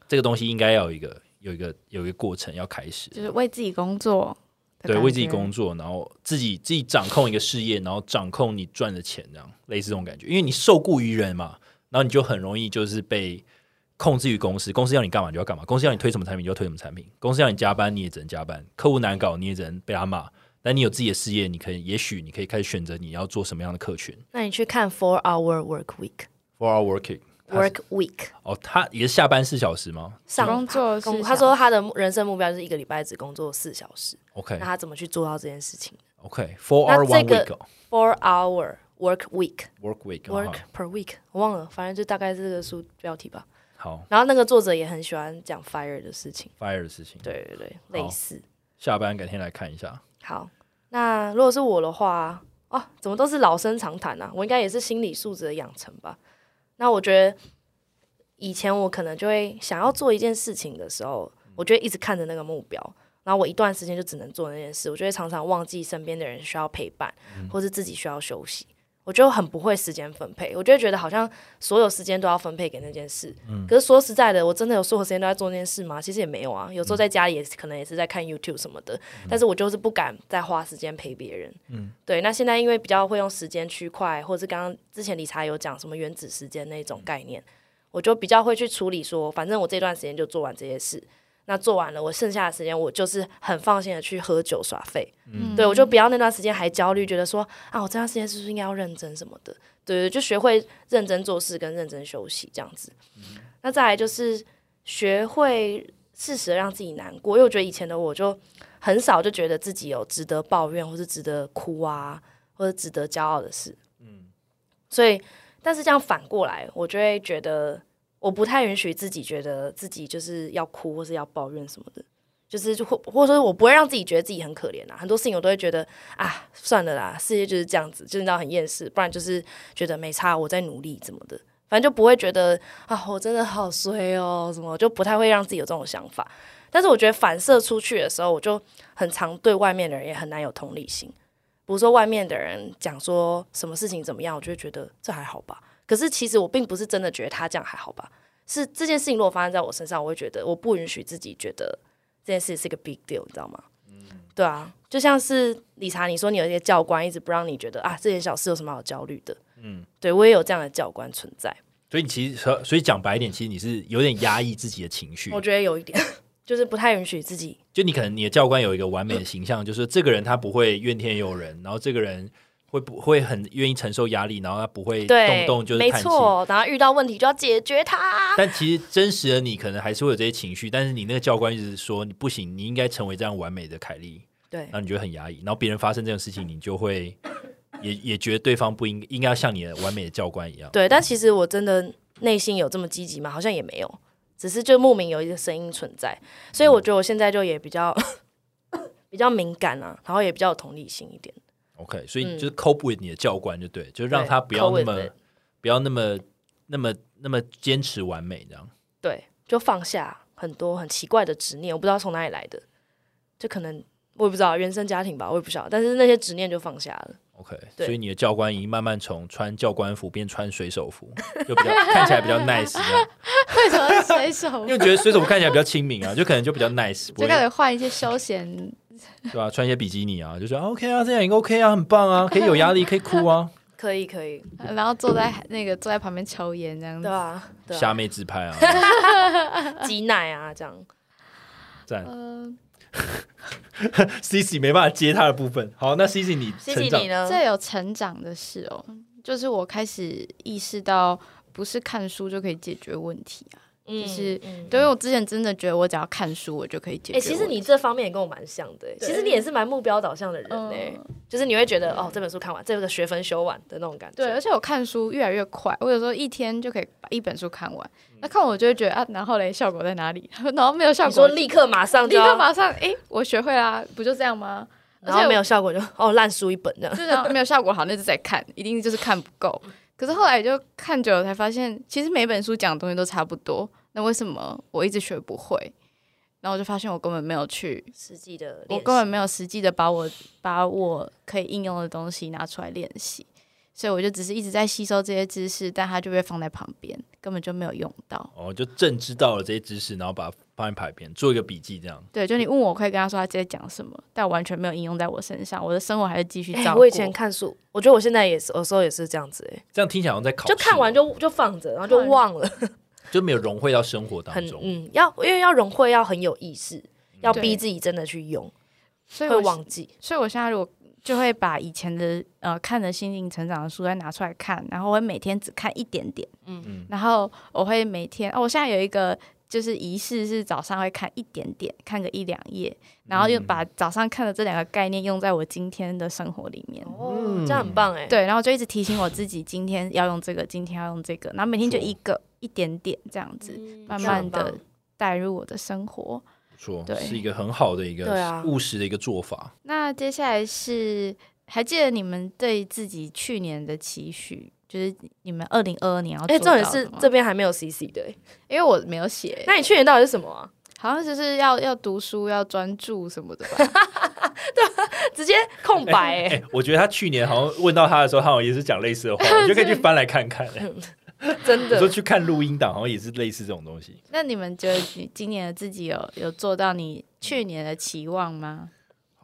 C: 这个东西应该要有一个有一个有一个过程要开始，
A: 就是为自己工作的
C: 对，
A: 感
C: 为自己
A: 觉
C: 工作，然后自己自己掌控一个事业，然后掌控你赚的钱，这样类似这种感觉，因为你受雇于人嘛，然后你就很容易就是被。控制于公司，公司要你干嘛你就要干嘛，公司要你推什么产品你就推什么产品，公司要你加班你也只能加班，客户难搞你也只能被他骂。但你有自己的事业，你可以也许你可以开始选择你要做什么样的客群。
B: 那你去看 Four Hour Work Week
C: Four hour working
B: Work Week
C: 哦，他也是下班四小时吗
B: 上
A: 工作
B: 工
A: 是
B: 他说他的人生目标就是一个礼拜只工作四小时，
C: ？OK
B: 那他怎么去做到这件事情
C: OK four
B: 那
C: hour
B: 这
C: one
B: 个
C: week 哦
B: ？Four Hour Work Week
C: work week 哦
B: Work per week，我忘了，反正就大概是这个书标题吧。
C: 好好
B: 然后那个作者也很喜欢讲 fire 的事情，
C: ，fire 的事情，，
B: 对对对，
C: 好
B: 类似。
C: 下班改天来看一下。
B: 好，那如果是我的话，哦，怎么都是老生常谈啊？我应该也是心理素质的养成吧。那我觉得以前我可能就会想要做一件事情的时候，我就会一直看着那个目标，然后我一段时间就只能做那件事，我就会常常忘记身边的人需要陪伴，或是自己需要休息。我就很不会时间分配，我就会觉得好像所有时间都要分配给那件事。可是说实在的，我真的有所有时间都在做那件事吗？其实也没有啊，有时候在家里也是可能也是在看 YouTube 什么的，但是我就是不敢再花时间陪别人。嗯，对。那现在因为比较会用时间区块，或者是刚刚之前理查有讲什么原子时间那种概念，我就比较会去处理说，反正我这段时间就做完这些事。那做完了，我剩下的时间我就是很放心的去喝酒耍废，
A: 嗯
B: 对我就不要那段时间还焦虑，觉得说啊，我这段时间是不是应该要认真什么的？对对，就学会认真做事跟认真休息这样子。那再来就是学会适时的让自己难过，因为我觉得以前的我就很少就觉得自己有值得抱怨或是值得哭啊，或者值得骄傲的事。所以，但是这样反过来，我就会觉得我不太允许自己觉得自己就是要哭或是要抱怨什么的，就是就或或者说我不会让自己觉得自己很可怜啊。很多事情我都会觉得啊，算了啦，世界就是这样子，就是你知道很厌世，不然就是觉得没差，我在努力怎么的。反正就不会觉得啊，我真的好衰哦，什么就不太会让自己有这种想法。但是我觉得反射出去的时候，我就很常对外面的人也很难有同理心。比如说外面的人讲说什么事情怎么样，我就会觉得这还好吧。可是其实我并不是真的觉得他这样还好吧，是这件事情如果发生在我身上，我会觉得我不允许自己觉得这件事是一个 big deal，你知道吗？对啊，就像是理查，你说你有一些教官一直不让你觉得啊这件小事有什么好焦虑的，嗯，对我也有这样的教官存在，
C: 所以你其实，所以讲白一点，其实你是有点压抑自己的情绪。
B: 我觉得有一点就是不太允许自 己
C: 就你可能你的教官有一个完美的形象，就是这个人他不会怨天尤人，然后这个人会不会很愿意承受压力，然后他不会动
B: 对，
C: 不动就是
B: 没
C: 叹气。
B: 错，然后遇到问题就要解决它，
C: 但其实真实的你可能还是会有这些情绪，但是你那个教官一直说你不行，你应该成为这样完美的凯莉，
B: 对
C: 然后你觉得很压抑，然后别人发生这种事情，你就会也也觉得对方不应应该要像你的完美的教官一样。
B: 对，但其实我真的内心有这么积极吗？好像也没有，只是就莫名有一个声音存在，所以我觉得我现在就也比较 比较敏感啊，然后也比较有同理心一点。
C: OK，所以
B: 嗯
C: 就是 cope with 你的教官就对，就是让
B: 对
C: 他不要
B: ，cope
C: 那
B: with
C: 么
B: it
C: 不要那么那么那么坚持完美这样。
B: 对，就放下很多很奇怪的执念，我不知道从哪里来的，就可能我也不知道原生家庭吧，我也不晓得，但是那些执念就放下了。
C: OK，
B: 对
C: 所以你的教官已经慢慢从穿教官服变穿水手服， 就比较看起来比较 nice，这样
A: 为什么随手
C: 因？为觉得水手服看起来比较亲民啊，就可能就比较 nice，
A: 就
C: 不会
A: 开始换一些休闲，
C: 对吧、穿一些比基尼啊，就说、啊、OK 啊，这样也 OK 啊，很棒啊，可以有压力，可以哭啊，
B: 可以，可以，
A: 然后坐在那个坐在旁边抽烟这样
B: 对
A: 子。
B: 啊， 对啊，
C: 虾妹自 拍啊，
B: 挤奶啊，这样。
C: 赞。
A: 嗯，
C: C C 没办法接他的部分，好，那 C C 你
B: 谢
C: 成
B: 谢
C: 长
B: 你呢，
A: 这有成长的事哦，就是我开始意识到，不是看书就可以解决问题啊。
B: 嗯
A: 就是
B: 嗯
A: 对，因为我之前真的觉得我只要看书，我就可以解
B: 哎、
A: 决问题。
B: 其实你这方面也跟我蛮像的、欸其实你也是蛮目标导向的人
A: 嗯
B: 呢、就是你会觉得哦，这本书看完，这个学分修完的那种感觉。
A: 对，而且我看书越来越快，我有时候一天就可以把一本书看完。那看完我就会觉得啊，然后嘞，效果在哪里？ 然后没有效
B: 嗯你说
A: 果，
B: 立刻马上
A: 立
B: 就
A: 刻
B: 要，
A: 马上，诶，我学会啦，不就这样 吗？而
B: 然
A: 且
B: 后
A: 我
B: 没有效果就哦烂书一本这样。
A: 就这样没有效果，好，那就再看，一定就是看不够。可是后来就看久了才发现，其实每本书讲的东西都差不多，那为什么我一直学不会？然后我就发现我根本没有去
B: 实际的
A: 我
B: 练习，
A: 根本没有实际的把我把我可以应用的东西拿出来练习，所以我就只是一直在吸收这些知识，但它就被放在旁边，根本就没有用到。
C: 哦，就正知道了这些知识，然后把它放在旁边，做一个笔记这样。
A: 对，就你问我，我可以跟他说他直接讲什么，但完全没有应用在我身上，我的生活还是继续
B: 哎、
A: 照顾。
B: 我以前看书，我觉得我现在也是，有时候也是这样子、哎，
C: 这样听起来好像在考试，哦
B: 就看完就就放着，然后就
A: 看完
B: 忘了，
C: 就没有融汇到生活当
B: 很
C: 中。
B: 嗯，要因为要融会，要很有意识，要
A: 对
B: 逼自己真的去用，
A: 所以
B: 会
A: 我
B: 忘记。
A: 所以我现在如果就会把以前的呃看的心灵成长的书再拿出来看，然后我会每天只看一点点，
B: 嗯
C: 嗯
A: 然后我会每天哦，我现在有一个就是仪式是早上会看一点点，看个一两页，然后又把早上看的这两个概念用在我今天的生活里面。
C: 嗯
B: 哦，这样很棒哎、，
A: 对，然后就一直提醒我自己，今天要用这个，今天要用这个，然后每天就一个，一点点这样子，
B: 嗯
A: 慢
B: 这样
A: 慢
B: 很
A: 的
B: 棒
A: 带入我的生活。
C: 不错，
A: 对
C: 是一个很好的一
B: 对
C: 个
B: 啊
C: 务实的一个做法。
A: 那接下来是，还记得你们对自己去年的期许，就是你们二零二二年要做
B: 哎、重
A: 到
B: 点
A: 的
B: 是
A: 吗
B: 这，边还没有 CC 的、欸，
A: 因为我没有写，
B: 那你去年到底是什么啊？
A: 好像就是要要读书、要专注什么的 吧？
B: 直 接空白、欸，
C: 哎、我觉得他去年好像问到他的时候，他好像也是讲类 似的话，我就可以去翻来看看、哎
B: 真
C: 我
B: 的
C: 说。去看录音档，好像也是类似这种东西。
A: 那你们觉得你今年的自己有有做到你去年的期望吗？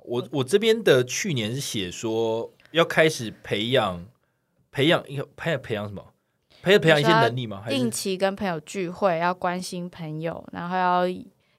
C: 我我这边的去年是写说要开始培养培养一个培养培养什么？培养培养一些能力吗？还
A: 定
C: 是
A: 期跟朋友聚会，要关心朋友，然后要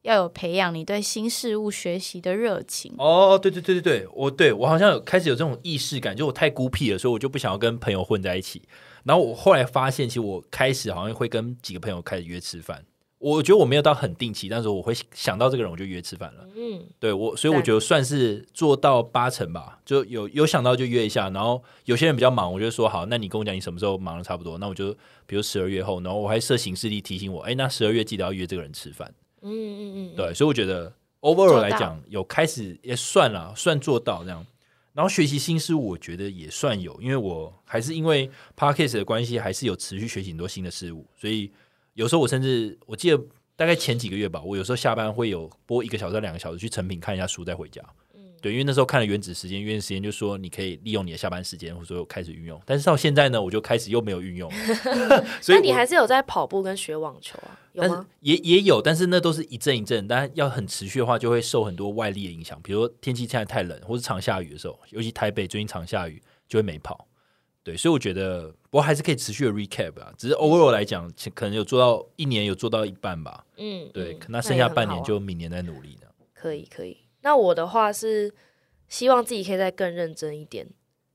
A: 要有培养你对新事物学习的热情。
C: 哦，对对对对对，我对我好像有开始有这种意识感，就我太孤僻了，所以我就不想要跟朋友混在一起。然后我后来发现，其实我开始好像会跟几个朋友开始约吃饭。我觉得我没有到很定期，但是我会想到这个人，我就约吃饭了。
B: 嗯，
C: 对我，所以我觉得算是做到八成吧，就有有想到就约一下，然后有些人比较忙，我就说好，那你跟我讲你什么时候忙的差不多，那我就比如十二月后，然后我还设行事历提醒我，哎，那十二月记得要约这个人吃饭，
B: 嗯嗯嗯，
C: 对，所以我觉得 overall
A: 做到
C: 来讲有开始也算了，算做到这样，然后学习新事物我觉得也算有，因为我还是因为 podcast 的关系，还是有持续学习很多新的事物，所以有时候我甚至我记得。大概前几个月吧，我有时候下班会有播一个小时到两个小时去成品看一下书再回家。
B: 嗯
C: 对，因为那时候看了《原子时间》，《原子时间》就说你可以利用你的下班时间，所以我开始运用。但是到现在呢，我就开始又没有运用了， 所以
B: 那你
C: 我
B: 还是有在跑步跟学网球啊？有
C: 但是
B: 吗？
C: 也也有，但是那都是一阵一阵，但要很持续的话，就会受很多外力的影响，比如说天气现在太冷，或是常下雨的时候，尤其台北最近常下雨，就会没跑。对，所以我觉得，不过还是可以持续的 recap 啊，只是 overall 来讲，其可能有做到一年有做到一半吧。
B: 嗯，
C: 对，可
B: 嗯
C: 那剩下半年
B: 那也很好啊
C: 就明年再努力呢。
B: 可以可以。那我的话是希望自己可以再更认真一点，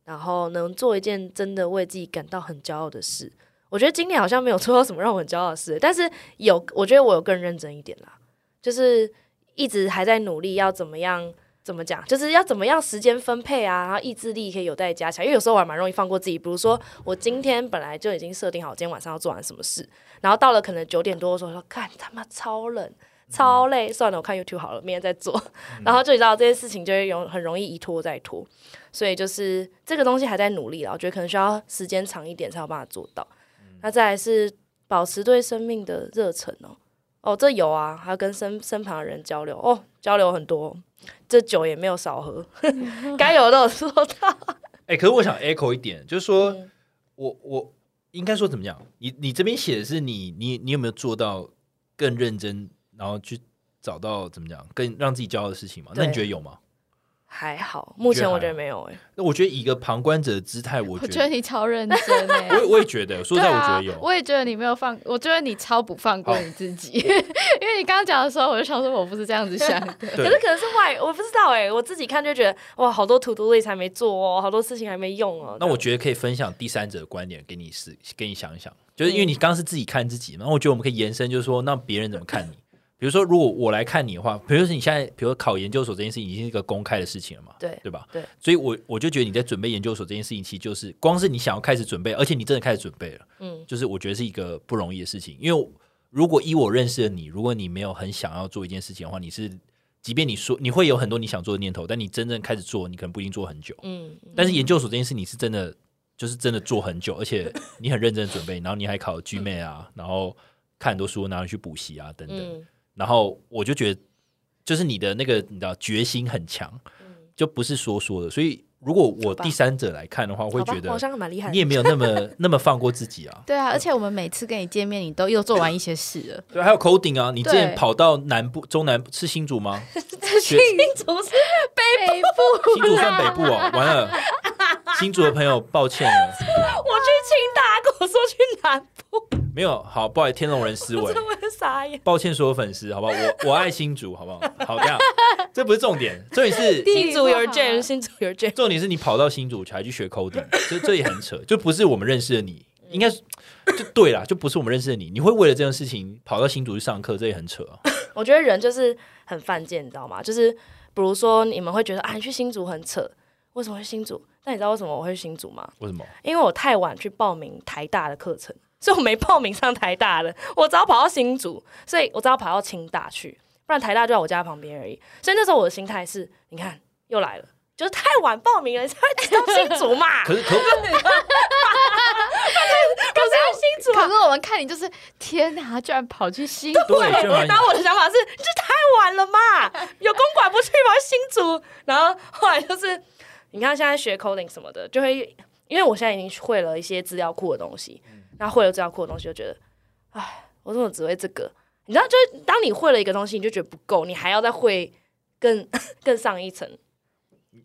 B: 然后能做一件真的为自己感到很骄傲的事。我觉得今年好像没有做到什么让我很骄傲的事，但是有，我觉得我有更认真一点啦，就是一直还在努力要怎么样。怎么讲？就是要怎么样时间分配啊，然后意志力可以有待加强。因为有时候我还蛮容易放过自己，比如说我今天本来就已经设定好今天晚上要做完什么事，然后到了可能九点多的时候说，看他妈超冷，
C: 嗯
B: 超累，算了，我看 YouTube 好了，明天再做。然后就你知道这件事情就会容很容易一拖再拖，所以就是这个东西还在努力啦，我觉得可能需要时间长一点才有办法做到。
C: 嗯
B: 那再来是保持对生命的热忱哦，哦，这有啊，还要跟身身旁的人交流哦，交流很多，这酒也没有少 喝，该有的都有做到。
C: 哎、可是我想 echo 一点，就是说，
B: 嗯
C: 我我应该说怎么讲？你你这边写的是你你你有没有做到更认真，然后去找到怎么讲更让自己骄傲的事情吗？那你
B: 对
C: 觉得有吗？
B: 还好，目前我觉
C: 觉得还
B: 得
C: 好
B: 没有哎、
C: 那我觉得以一个旁观者的姿态，
A: 我
C: 我觉
A: 觉得
C: 得
A: 你超认真哎、
C: 我也我也觉得，说实在
A: 对
C: 我觉
A: 啊
C: 得有。
A: 我也觉得你没有放，我觉得你超不放过
C: 好
A: 你自己， 因为你刚刚讲的时候，我就想说我不是这样子 想的。
C: 对
B: 可是可能是外，我不知道哎、我自己看就觉得哇，好多 to do list 还没做哦，好多事情还没用哦。
C: 那我觉得可以分享第三者的观点给你试，给你想一想，就是
A: 嗯
C: 因为你刚刚是自己看自己嘛，然后我觉得我们可以延伸，就是说那别人怎么看你？比如说，如果我来看你的话，比如说你现在，比如说考研究所这件事情已经是一个公开的事情了嘛，
B: 对
C: 对吧？
B: 对，
C: 所以我我就觉得你在准备研究所这件事情，其实就是光是你想要开始准备，而且你真的开始准备了，
B: 嗯，
C: 就是我觉得是一个不容易的事情，因为如果依我认识的你，如果你没有很想要做一件事情的话，你是即便你说你会有很多你想做的念头，但你真正开始做，你可能不一定做很久。
B: 嗯，
C: 但是研究所这件事，你是真的就是真的做很久，而且你很认真地准备，然后你还考 GMA 啊，然后看很多书，然后去补习啊等等。
B: 嗯
C: 然后我就觉得，就是你的那个你知道决心很强，
B: 嗯
C: 就不是说说的。所以如果我第三者来看的话，我会
B: 好吧
C: 觉
B: 我好
C: 得
B: 像蛮厉害的
C: 你也没有那么那么放过自己啊。
A: 对啊，而且我们每次跟你见面，你都又做完一些事 了。
C: 对，还有 coding 啊，你之前
A: 对
C: 跑到南部中南部是新竹吗？新
B: 总是
A: 北部
C: 新竹算北部哦，完了，新竹的朋友抱歉
B: 我
C: 了。
B: 去清大，跟我说去 南部，
C: 没有，好，不好意思，天龙人思维
B: 这，我就傻眼。
C: 抱歉所有粉丝，好不好？我我爱新竹，好不好？好，这样，这不是重点，重点是
A: 地理
B: 新竹有
A: 不好啊
B: Jane，新竹有 Jane，
C: 重点是你跑到新竹还去学 coding，这这也很扯，就不是我们认识的你，应该是就对啦，就不是我们认识的你，你会为了这件事情跑到新竹去上课，这也很扯啊。
B: 我觉得人就是很犯贱，你知道吗？就是比如说你们会觉得啊，你去新竹很扯，为什么会新竹？但你知道为什么我会去新竹吗？
C: 为什么？
B: 因为我太晚去报名台大的课程， 所以我没报名上台大的， 我只好跑到新竹，所以我只好跑到清大去，不然台大就在我家旁边而已。所以那时候我的心态是，你看又来了，就是太晚报名了，你才会知道新竹嘛，
C: 可是可
B: 不是要新竹
A: 可
B: 嘛。
A: 是我们看你就是天哪，居然跑去新
C: 对，居然
B: 然后我的想法是，这太晚了嘛，有公馆不去吗？新竹。然后后来就是，你看现在学 coding 什么的，就会因为我现在已经会了一些资料库的东西，
C: 嗯
B: 那会了资料库的东西，就觉得，哎，我怎么只会这个？你知道，就是当你会了一个东西，你就觉得不够，你还要再会更更上一层。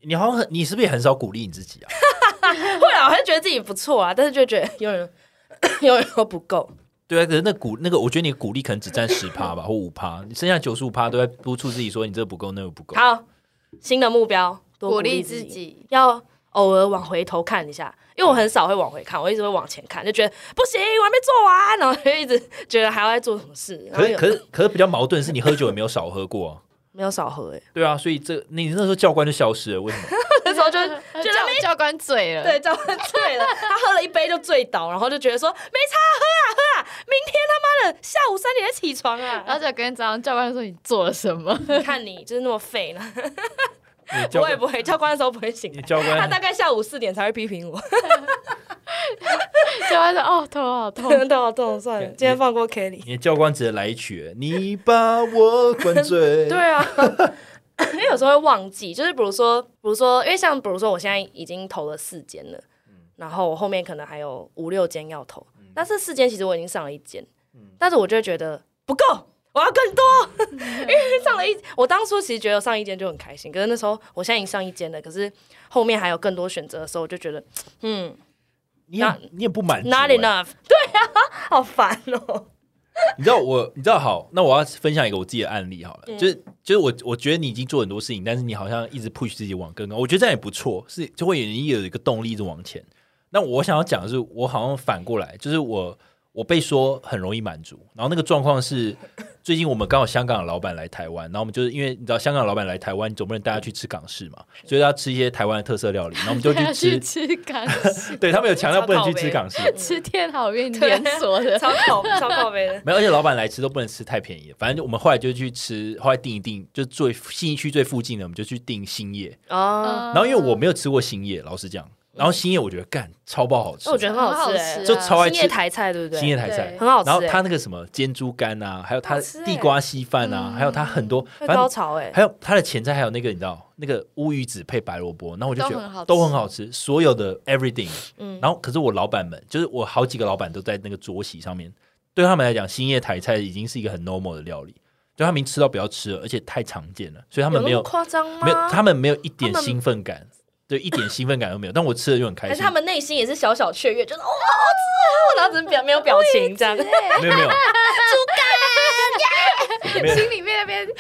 C: 你好像很，你是不是也很少鼓励你自己啊？
B: 会啊，我还是觉得自己不错啊，但是就觉得永远 永远都不够。
C: 对啊，可是那鼓那个，我觉得你鼓励可能只占十趴吧，或五趴，你剩下九十五趴都在督促自己说你这个不够，那个不够。
B: 好，新的目标，多
A: 鼓
B: 励
A: 励自
B: 己。
A: 己。
B: 要偶尔往回头看一下，因为我很少会往回看，我一直会往前看，就觉得不行，我还没做完，然后就一直觉得还要再做什么事，然
C: 可
B: 后
C: 是
B: 有
C: 可是可是比较矛盾的是你喝酒也没有少喝过、啊，
B: 没有少 喝哎、
C: 对啊，所以这你那时候教官就消失了，为什么？
B: 那时 候就
A: 教
B: 觉得没。
A: 教官醉了，
B: 对，教官醉了，他喝了一杯就醉倒，然后就觉得说没差，喝啊喝啊，明天他妈的下午三点才起床
A: 然
C: 嗯
A: 后
B: 啊！
A: 就跟早上教官说你做了什么，
B: 你看你就是那么废呢，
C: 你 教
B: 我也
C: 官，
B: 不会，教官的时候不会醒
C: 你
B: 来，
C: 教
B: 他
C: 官
B: 大概下午四点才会批评我，
A: 教官说哦头好痛，
B: 都好痛，啊算了，今天放过 Kelly。
C: 你的教官直接来一曲，你把我灌 醉。
B: 对啊，因为有时候会忘记，就是比如说，比如说，因为像比如说，我现在已经投了四间了，
C: 嗯
B: 然后我后面可能还有五六间要投，但是四间其实我已经上了一间，
C: 嗯
B: 但是我就会觉得不够。我要更多， 因为上了一，我当初其实觉得上一间就很开心，可是那时候我现在已经上一间了，可是后面还有更多选择的时候，我就觉得，嗯
C: 你也你也不满足、
B: ，not
C: 欸
B: enough，对 啊，好烦哦、
C: 你知道我，你知道好，那我要分享一个我自己的案例好了，就是就是我我觉得你已经做很多事情，但是你好像一直 push 自己往更高，我觉得这样也不错，是就会有你有一个动力一直往前。那我想要讲的是，我好像反过来，就是我我被说很容易满足，然后那个状 况是，最近我们刚好香港的老板来台湾，然后我们就是因为你知道香港的老板来台湾，你总不能带他去吃港式嘛，所以要吃一些台湾的特色料理，然 后我 们就去
A: 要 去
C: 吃，
A: 吃港
C: 对他们有强调不能去
B: 超靠
C: 吃
B: 北
C: 港式，
A: 吃天好运连锁的，
B: 啊 超靠超靠背的，
C: 没有，而且老板来吃都不能吃太便宜。反正就我们后来就去吃，后来订一订，就最信义区最附近的，我们就去订兴业。
B: 哦，嗯
A: 然
C: 然后因为我没有吃过兴业，老实讲，然后兴业我觉得干超爆好吃，
B: 那我觉得很好吃、欸，
A: 很好吃啊
C: 就超爱
B: 兴业
C: 吃
B: 台菜对不对？
C: 兴业台菜
A: 对。
B: 很好吃、
C: 然后
B: 欸，
C: 他那个什么煎猪肝啊，还有他
B: 好吃欸嗯
C: 地瓜稀饭啊，还有他很多，
B: 会
C: 反
B: 高
C: 正
B: 潮哎、
C: 还有他的前菜，还有那个你知道那个乌鱼子配白萝卜，然后我就觉
A: 都很好吃
C: 得都很好吃，所有的 everything。
B: 嗯
C: 然后可是我老板们，就是我好几个老板都在那个桌席上面，对他们来讲，兴业台菜已经是一个很 normal 的料理，就他们已经吃到不要吃了，而且太常见了，所以他们没
B: 有那么
C: 有
B: 夸张吗？
C: 没有他们没有一点
B: 他们
C: 兴奋感，对，一点兴奋感都没有。但我吃了就很开
B: 还是
C: 心
B: 他，们内心也是小小雀跃，觉得哦好好吃哦，然后只是表没有表情这样。
C: 没有 没有， 没有
A: 心里面那边踢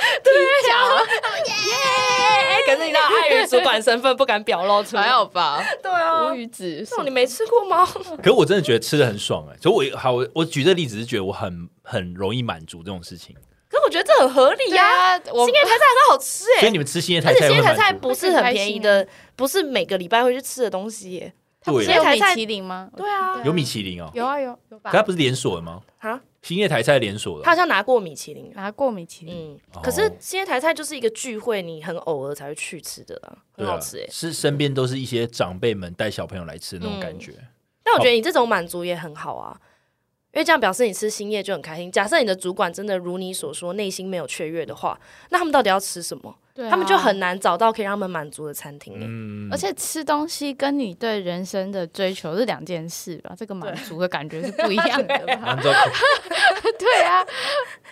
A: 脚，啊
B: 哎，可是你知道，碍于主管身份不敢表露出
A: 还
B: 来。
A: 好吧？
B: 哎对啊
A: 无，语子
B: 这种你没吃过 吗？
C: 可是我真的觉得吃的很爽哎、所以我好，我我举这例子是觉得我很很容易满足这种事情，
B: 可我觉得这很合理
A: 对
B: 呀、
A: 啊，我
B: 新叶台菜很好吃哎、
C: 所以你们吃兴业台
B: 而且
C: 菜
B: 新
C: 会
B: 叶台
C: 满
B: 菜
C: 足。
B: 不是很便宜的，不是每个礼拜会去吃的东西耶、
A: 不
C: 对啊
A: 是
B: 现
A: 有
B: 在
A: 米
B: 才
A: 其林吗？
B: 对啊，
C: 有米其林哦，
A: 有啊有有吧
C: 可？它不是连锁的吗？
B: 啊，
C: 兴业台菜连锁
B: 他好
C: 的，
B: 像拿过米其
C: 哦
B: 林啊。
A: 拿过米其林，
B: 嗯，可是新叶台菜就是一个聚会，你很偶尔才会去吃的啊，很
C: 对
B: 好
C: 啊
B: 吃哎、，
C: 是身边都是一些长辈们带小朋友来吃的那种感觉。
B: 但我觉得你这种满足也很好啊，因为这样表示你吃新叶就很开心。假设你的主管真的如你所说，内心没有雀跃的话，那他们到底要吃什么？
A: 对啊
B: 他们就很难找到可以让他们满足的餐厅、欸。
C: 嗯，
A: 而且吃东西跟你对人生的追求是两件事吧？这个满足的感觉是不一样的吧？
C: 按照
A: 对啊，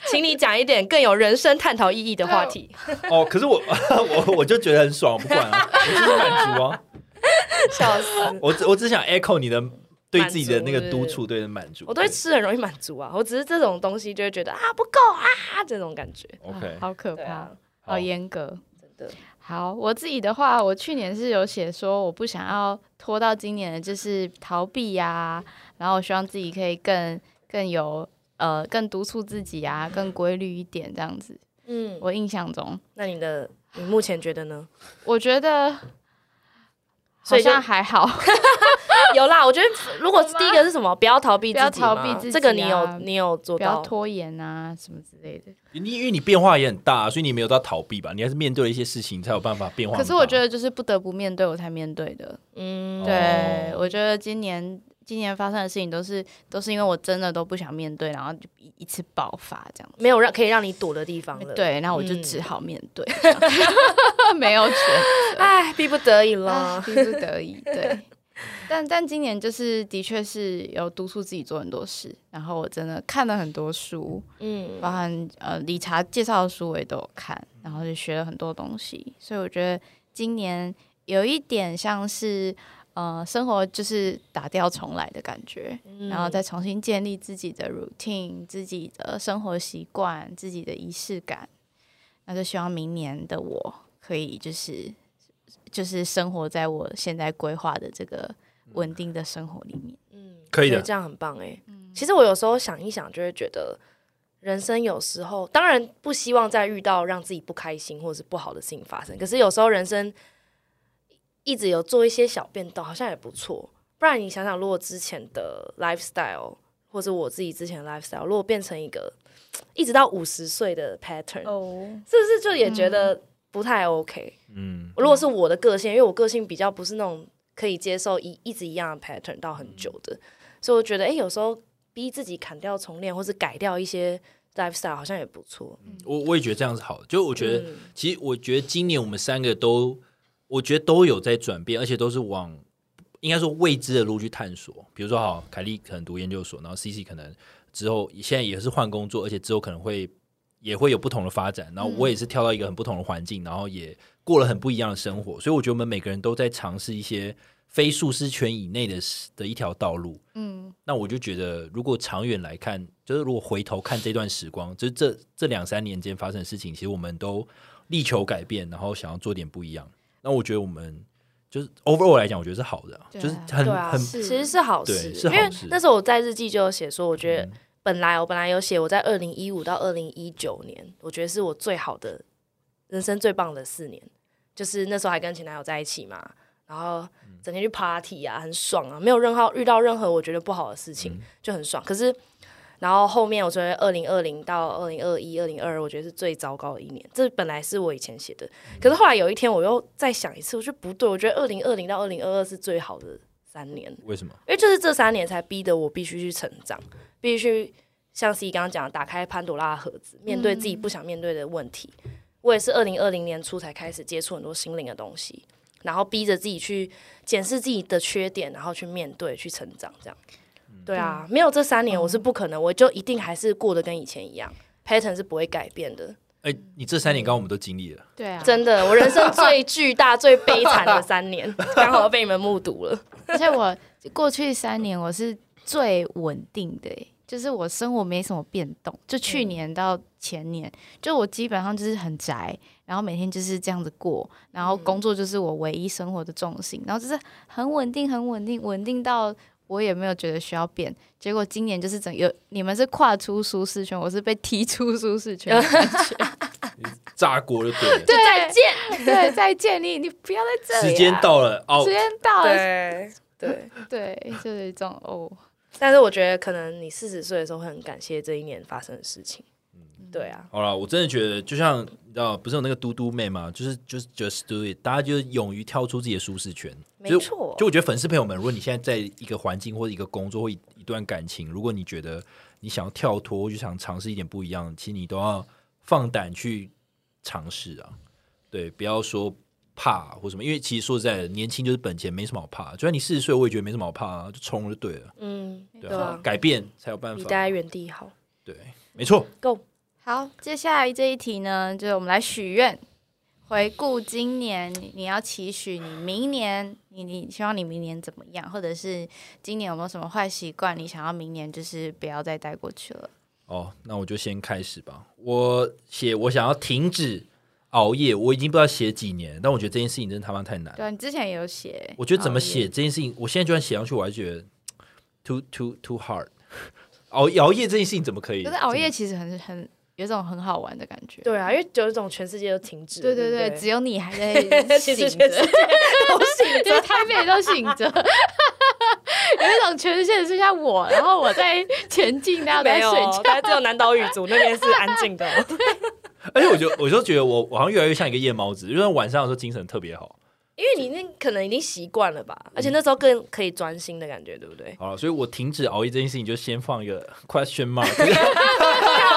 B: 请你讲一点更有人生探讨意义的话题。
C: 哦，可是我 我我就觉得很爽，我不管啊，我就是满足啊，
B: 笑死！
C: 我只我只想 echo 你的对自己的那个
B: 满足
C: 督促，对的满 足。
B: 我对吃很容易满足啊，我只是这种东西就会觉得啊不够啊这种感觉。
C: OK
A: 好可
B: 对
A: 怕
B: 啊，，
A: 好严格。
B: 真的。
A: 好，我自己的话，我去年是有写说我不想要拖到今年的，就是逃避呀、然后我希望自己可以更更有呃更督促自己啊，更规律一点这样子。
B: 嗯，
A: 我印象中，
B: 那你的你目前觉得呢？
A: 我觉得所
B: 所
A: 以
B: 以就
A: 像还好，
B: 有啦，我觉得如果第一个是什么，不要逃避自己嘛，
A: 不要逃避自己啊
B: 这个你有你有做
A: 不要
B: 到。
A: 拖延啊什么之类的。
C: 你因为你变化也很大、所以你没有到逃避吧？你还是面对了一些事情才有办法变化。
A: 可是我觉，得就是不得不面对我才面对的。
B: 嗯，
A: 对，
C: 哦
A: 我觉得今年今年发生的事情都是都是因为我真的都不想面对，然后就一一次爆发这样子。
B: 没有让可以让你躲的地方了。，
A: 对，然后我就
B: 嗯
A: 只好面对， 没有选
B: 哎，逼不得已
A: 啊，
B: 了。
A: 逼不得已。对，但但今年就是的确是有督促自己做很多事，然后我真的看了很多书，
B: 嗯，
A: 包含呃理查介绍的书我也都有看，然后就学了很多东西，所以我觉得今年有一点像是呃生活就是打掉重来的感觉，然后再重新建立自己的 routine、自己的生活习惯、自己的仪式感，那就希望明年的我可以就是就是生活在我现在规划的这个稳定的生活里面。
B: 嗯，
C: 可以
B: 我
C: 的
B: 觉得这样很棒哎、
A: 嗯
B: 其实我有时候想一想，就会觉得人生有时候，当然不希望再遇到让自己不开心或者是不好的事情发生。可是有时候人生一直有做一些小变动，好像也不错。不然你想想，如果之前的 lifestyle 或者我自己之前的 lifestyle，如果变成一个一直到五十岁的 pattern，、
A: 哦，嗯
B: 是不是就也觉得不太 OK？
C: 嗯，
B: 如果是我的个性，因为我个性比较不是那种可以接受一一直一样的 pattern 到很久的，所以我觉得，哎、有时候逼自己砍掉重练，或是改掉一些 lifestyle，好像也不错。
C: 我我也觉得这样是好的。就我觉得，
B: 嗯
C: 其实我觉得今年我们三个都，我觉得都有在转变，而且都是往应该说未知的路去探索。比如说，好，凯莉可能读研究所，然后 CC 可能之后现在也是换工作，而且之后可能会也会有不同的发展。然后我也是跳到一个很不同的环境，然后也过了很不一样的生活。所以我觉得我们每个人都在尝试一些非舒适圈以内的的一条道路。
A: 嗯，
C: 那我就觉得，如果长远来看，就是如果回头看这段时光，就是这这两三年间发生的事情，其实我们都力求改变，然后想要做点不一样。那我觉得我们就是 overall 来讲，我觉得是好的啊，
A: 对啊
C: 就是很、
B: 对啊，
C: 很
B: 其实是好事，
C: 对是
B: 因
C: 好
B: 为
C: 事嗯
B: 那时候我在日记就有写说，我觉得本来我本来有写我在二零一五到二零一九年，我觉得是我最好的人生最棒的四年，就是那时候还跟前男友在一起嘛，然后整天去 party 啊，很爽啊，没有任何遇到任何我觉得不好的事情、
C: 嗯
B: 就很爽。可是然后后面我觉得二零二零到二零二一、二零二二，我觉得是最糟糕的一年。这本来是我以前写的，
C: 嗯
B: 可是后来有一天我又再想一次，我觉得不对，我觉得二零二零到二零二二是最好的三年，因
C: 为什么？
B: 为就是这三年才逼得我必须去成长，必须像 C 刚刚讲的，打开潘多拉的盒子，面对自己不想面对的问题。我也是二零二零年初才开始接触很多心灵的东西，然后逼着自己去检视自己的缺点，然后去面对、去成长，这样。对啊，没有这三年我是不可能，我就一定还是过得跟以前一样，pattern 是不会改变的。
C: 哎、你这三年刚刚我们都经历了，
A: 对啊，
B: 真的，我人生 最巨大、最悲惨的三年，刚好被你们目睹了。
A: 而且我过去三年我是最稳定的、欸，就是我生活没什么变动。就去年到前年，就我基本上就是很宅，然后每天就是这样子过，然后工作就是我唯一生活的重心，然后就是很稳定，很稳定，稳定到。我也没有觉得需要变，结果今年就是整有你们是跨出舒适圈，我是被踢出舒适 圈。
C: 炸锅就对 了。
A: 对，
B: 再见。
A: 对，再见你，你不要在这里啊、
C: 时间到了哦
A: 时，间到了，
B: 对对，
A: 对，就是这种哦，
B: 但是我觉得可能你四十岁的时候会很感谢这一年发生的事情。
A: 嗯
B: 对啊，
C: 好了，我真的觉得，就像你知道，不是有那个嘟嘟妹嘛，就是就是 just do it，大家就是勇于跳出自己的舒适圈。
B: 没
C: 就
B: 错
C: 就我觉得粉丝朋友们，如果你现在在一个环境或者一个工作或一一段感情，如果你觉得你想要跳脱，就想尝试一点不一样，其实你都要放胆去尝试啊。对，不要说怕或什么，因为其实说实在的，年轻就是本钱，没什么好怕。就算你四十岁，我也觉得没什么好怕啊，就冲了就对了。
B: 嗯，
C: 对
B: 对
C: 啊
B: 啊，
C: 改变才有办
B: 比
C: 法
B: 待。在原地好。
C: 对，没错。
B: Go，
A: 好，接下来这一题呢，就是我们来许愿，回顾今年，你你要期许你明年，你你希望你明年怎么样，或者是今年有没有什么坏习惯，你想要明年就是不要再带过去了。
C: 哦，那我就先开始吧。我写我想要停止熬夜，我已经不知道写几年，但我觉得这件事情真的他妈太难了。
A: 对啊，你之前也有写，
C: 我觉得怎么
A: 熬
C: 写
A: 夜？
C: 这件事情，我现在就算写上去，我还觉得 too too too hard。熬熬夜这件事情怎么可以？
A: 可是熬夜
C: 怎么
A: 其实很很有一种很好玩的感觉。
B: 对啊，因为有一种全世界都停止了，
A: 对
B: 对
A: 对对，
B: 不
A: 只有你还 在
B: 其
A: 醒
B: 实
A: 着，
B: 全世界都
A: 对，
B: 醒着。
A: 台北都醒着，有一种全世界只剩下我，然后我在前进，大家都在
B: 没有哦
A: 睡觉，。
B: 但只有南岛语族那边是安静的。
C: 而且我就我就觉得我我好像越来越像一个夜猫子，就是晚上的时候精神特别好。
B: 因为你那可能已经习惯了
A: 嗯
B: 吧，而且那时候更可以专心的感觉，对不对？
C: 好了，所以我停止熬夜这件事情，就先放一个 question mark，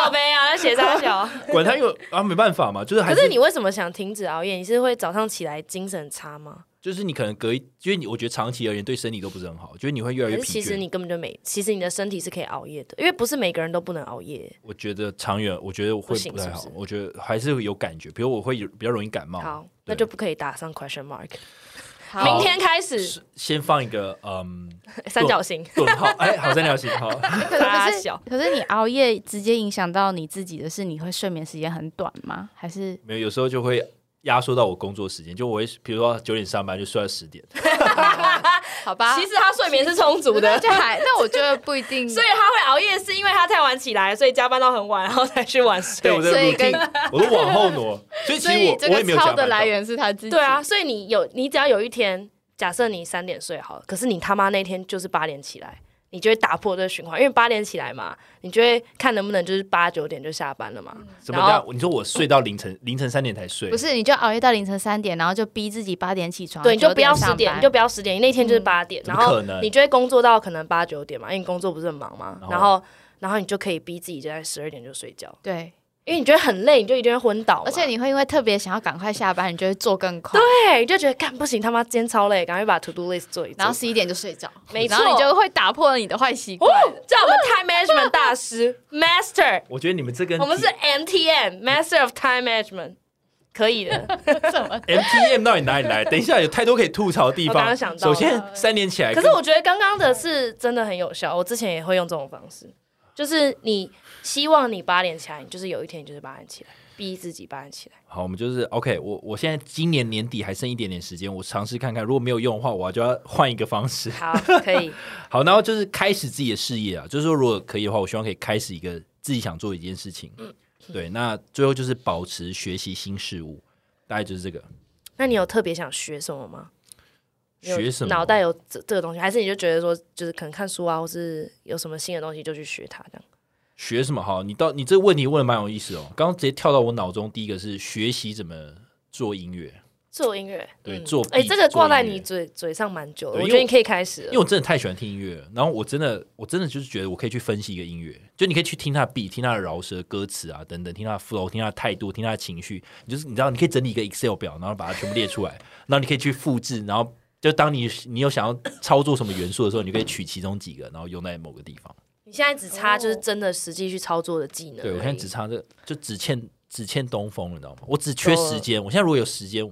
B: 好呗啊，那写啥小？
C: 管他有啊，没办法嘛，就是 还
B: 可是你为什么想停止熬夜？你是会早上起来精神差吗？
C: 就是你可能隔一，就是你我觉得长期而言对身体都不是很好，就是你会越来
B: 还是
C: 越疲倦。
B: 其实你根本就没？其实你的身体是可以熬夜的，因为不是每个人都不能熬夜。
C: 我觉得长远，我觉得会
B: 不行
C: 不太好。
B: 是不是
C: 我觉得还是有感觉，比如我会有比较容易感冒。
B: 好，
C: 对
B: 那就不可以打上 question mark。
A: 好
B: 明天开始
C: 是先放一个嗯
B: 三角形，
C: 顿号，哎，好三角形，好，
B: 大
A: 可是
B: 小。
A: 可是你熬夜直接影响到你自己的是，你会睡眠时间很短吗？还是
C: 没有，有时候就会压缩到我工作时间，就我会比如说九点上班就睡到十点，
A: 好吧
B: 其实他睡眠是充足
A: 那
B: 的，
A: 就还那我觉得不一定，
B: 所以他会熬夜是因为他太晚起来，所以加班到很晚，然后才去晚睡
C: 对，。我的
A: 所以跟
C: routine 我都往后挪，所以其
A: 所
C: 实
A: 以
C: 我
A: 这
C: 我也
A: 个
C: 没有
A: 超
C: 加
A: 的
C: 班到
A: 来。源是他自己。
B: 对啊，，所以你有你只要有一天，假设你三点睡好了，可是你他妈那天就是八点起来，你就会打破这个循环，因为八点起来嘛，你就会看能不能就是八九点就下班了嘛。
C: 什嗯么
B: 然后
C: 叫你说我睡到凌晨凌晨三点才睡
A: 不？是你就熬夜到凌晨三点，然后就逼自己八点起床，
B: 对，你就
A: 9
B: 不要
A: 上
B: 十点，
A: 班嗯
B: 你就不要十点，你那天就是八点，
C: 怎
B: 然
C: 么
B: 后
C: 可能
B: 你就会工作到可能八九点嘛，因为你工作不是很忙嘛，
C: 然后
B: 然后然后你就可以逼自己就在十二点就睡觉，
A: 对，
B: 因为你觉得很累，你就一定会昏倒嘛，
A: 而且你会因为特别想要赶快下班，你就会做更快，
B: 哎对，你就觉得干不行，他妈今天超累，赶快把 to do list 做一做，
A: 然后十一点就睡着，
B: 没错
A: 然后你就会打破你的坏习惯。
B: 哦，叫我们 time management 大师 master。
C: 我觉得你们这跟
B: 我们是 MTM Master of Time Management，可以的。
C: MTM 到底哪里来？等一下有太多可以吐槽的地
B: 我刚
C: 方
B: 刚想。到
C: 首
B: 了
C: 先三点起来，
B: 可是我觉得刚刚的是真的很有效，我之前也会用这种方式，就是你希望你八点起来，你就是有一天你就是八点起来，逼自己八点起来。
C: 好，我们就是 OK 我。我现在今年年底还剩一点点时间，我尝试看看，如果没有用的话，我就要换一个方式。
B: 好，可以。
C: 好，然后就是开始自己的事业啊，就是说如果可以的话，我希望可以开始一个自己想做的一件事情。对。那最后就是保持学习新事物，大概就是这个。
B: 那你有特别想学什么吗？你有
C: 学什么？
B: 脑袋有这这个东西，还是你就觉得说，就是可能看书啊，或是有什么新的东西就去学它这样？
C: 学什么？好，你到你这个问题问的蛮有意思哦。刚刚直接跳到我脑中，第一个是学习怎么做音乐，
B: 做音乐，
C: 对
B: 嗯
C: 作
B: 哎、
C: 弊
B: 这个挂在
C: 做音乐
B: 你嘴嘴上蛮久了，
C: 对
B: 我
C: 因
B: 觉得
C: 为
B: 你
C: 我
B: 可以开始了
C: 因为。我真的太喜欢听音乐了，然后我真的我真的就是觉得我可以去分析一个音乐，就你可以去听它的 beat，听它的饶舌歌词啊等等，听它的 flow，听它的态度，听它的情绪，你就是你知道你可以整理一个 Excel 表，然后把它全部列出来，然后你可以去复制，然后就当你你有想要操作什么元素的时候，你就可以取其中几个，然后用在某个地方。
B: 你现在只差就是真的实际去操作的技能而已。
C: 对我现在只差这就只欠只欠东风了，你知道吗？我只缺时间，我现在如果有时间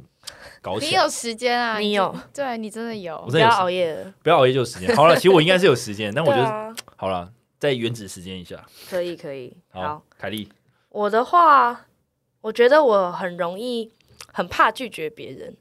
C: 搞
A: 你
C: 起来，
A: 有时间啊？
B: 你
A: 就
B: 有？
A: 对你真的有
C: 我
B: 不
C: 真的
B: 要
C: 有时
B: 熬夜了。
C: 不要熬夜就有时间。好了，其实我应该是有时间，但我觉得、
B: 啊，
C: 好了，再原子时间一下。
B: 可以可以。好，，
C: 凯莉。
B: 我的话，我觉得我很容易很怕拒绝别人。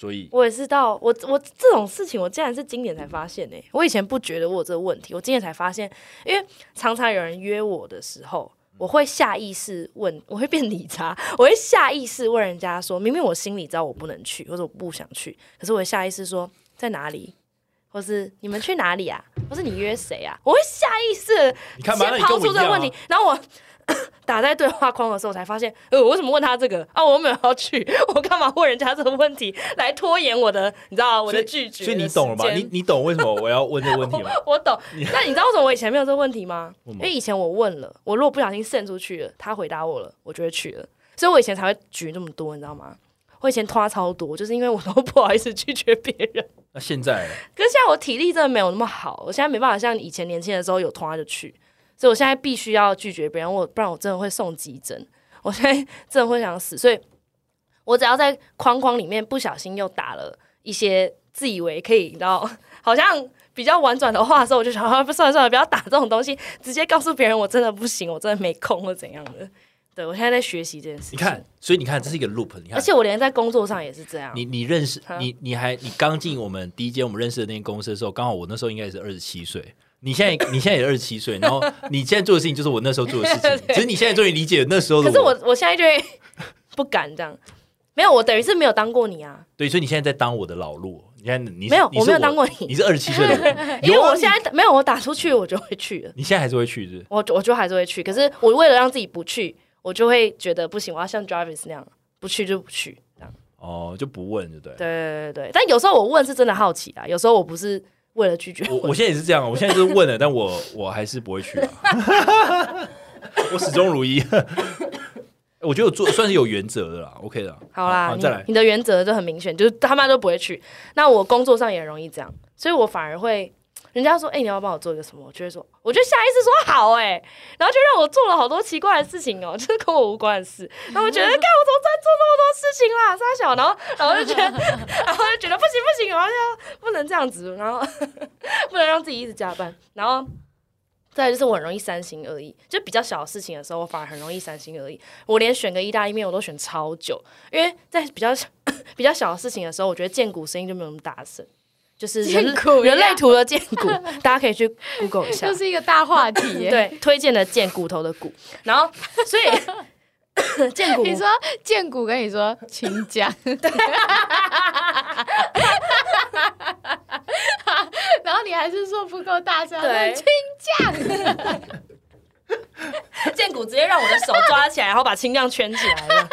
C: 所以
B: 我也是到我我这种事情，我竟然是今年才发现呢、我以前不觉得我有这个问题，我今年才发现，因为常常有人约我的时候。我会下意识问，我会变理查，我会下意识问人家说，明明我心里知道我不能去，或者我不想去，可是我会下意识说在哪里，或是你们去哪里啊，或是你约谁啊，我会下意识地
C: 你看嘛，那
B: 先
C: 你跟
B: 抛
C: 我
B: 出
C: 一
B: 这个
C: 样
B: 问
C: 啊
B: 题，，然后我 打在对话框的时候，我才发现，呃，我为什么问他这个 啊？我又没有要去，我干嘛问人家这个问题来拖延我的，你知道我
C: 所
B: 的
C: 以
B: 拒绝
C: 所以你
B: 的时
C: 懂了吧？
B: 间
C: 你你懂为什么我要问这个问 题吗？
B: 我懂， 但你知道为什么我以前没有这个问题吗？
C: 为什
B: 因
C: 么
B: 为以前我问了，我如果不小心渗出去了，他回答我了，我就会去了，所以我以前才会举这么多，你知道吗？我以前拖超多，就是因为我都不好意思拒绝别人。
C: 那现在
B: 可是现在我体力真的没有那么好，我现在没办法像以前年轻的时候有拖就去，所以我现在必须要拒绝别人，我不然我真的会送急诊， 我现在真的会想死，所以我只要在框框里面不小心又打了一些自以为可以，你知道， 好像比较婉转的话的时候，我就想，啊、不算了算了，不要打这种东西，直接告诉别人我真的不行，我真的没空或怎样的。对我现在在学习这件事情，
C: 你看，，所以你看，这是一个 loop。你看
B: 而，且我连在工作上也是这样，
C: 你你认识
B: 哈
C: 你你还你刚进我们第一间我们认识的那间公司的时候，刚好我那时候应该也是二十七岁，你现在你现在也二十七岁，然后你现在做的事情就是我那时候做的事情， 只是你现在终于理解那时候的
B: 可是我我现在就 会不敢这样，没有，我等于是没有当过你啊，
C: 对，所以你现在在当我的老路，你看你是
B: 没有
C: 你是
B: 我没有当过你
C: 你是二十七岁的我，
B: 因为
C: 有啊
B: 我现在没有，我打出去我就会去了，
C: 你现在还是会去是不是
B: 我我就还是会去，可是我为了让自己不去，我就会觉得不行，我要像 Jarvis 那样，不去就不去，这样，
C: 哦，就不问就对。
B: 对对对对，但有时候我问是真的好奇啊，有时候我不是为了拒绝
C: 我我现在也是这样，我现在就是问了，但我我还是不会去啊， 我始终如一。我觉得我做算是有原则的啦，OK 的啦。
B: 好啦，
C: 再来
B: 你。你的原则就很明显，就是他妈都不会去。那我工作上也容易这样，所以我反而会，人家说，哎、你要帮我做一个什么，我就会说，我就下意识说好、哎，然后就让我做了好多奇怪的事情哦、就是跟我无关的事。然后我觉得，看我怎么在做那么多事情啦，傻小，然后然后就觉得，然后就觉得不行不行，我要不能这样子，然后 不能让自己一直加班，然后。再来就是我很容易三心二意，就比较小的事情的时候，我反而很容易三心二意。我连选个意大利面我都选超久，因为在比较 比较小的事情的时候，我觉得剑骨声音就没有那么大声，就是人
A: 剑骨一样
B: 人类图的剑 骨，大家可以去 Google 一下，
A: 就是一个大话题耶。
B: 对推荐的剑骨头的骨，然后所以 剑骨
A: 你说建谷跟你说，请讲， 然后你还是说不够大声，
B: 对
A: 请讲。
B: 剑骨直接让我的手抓起来，然后把青酱圈起来了。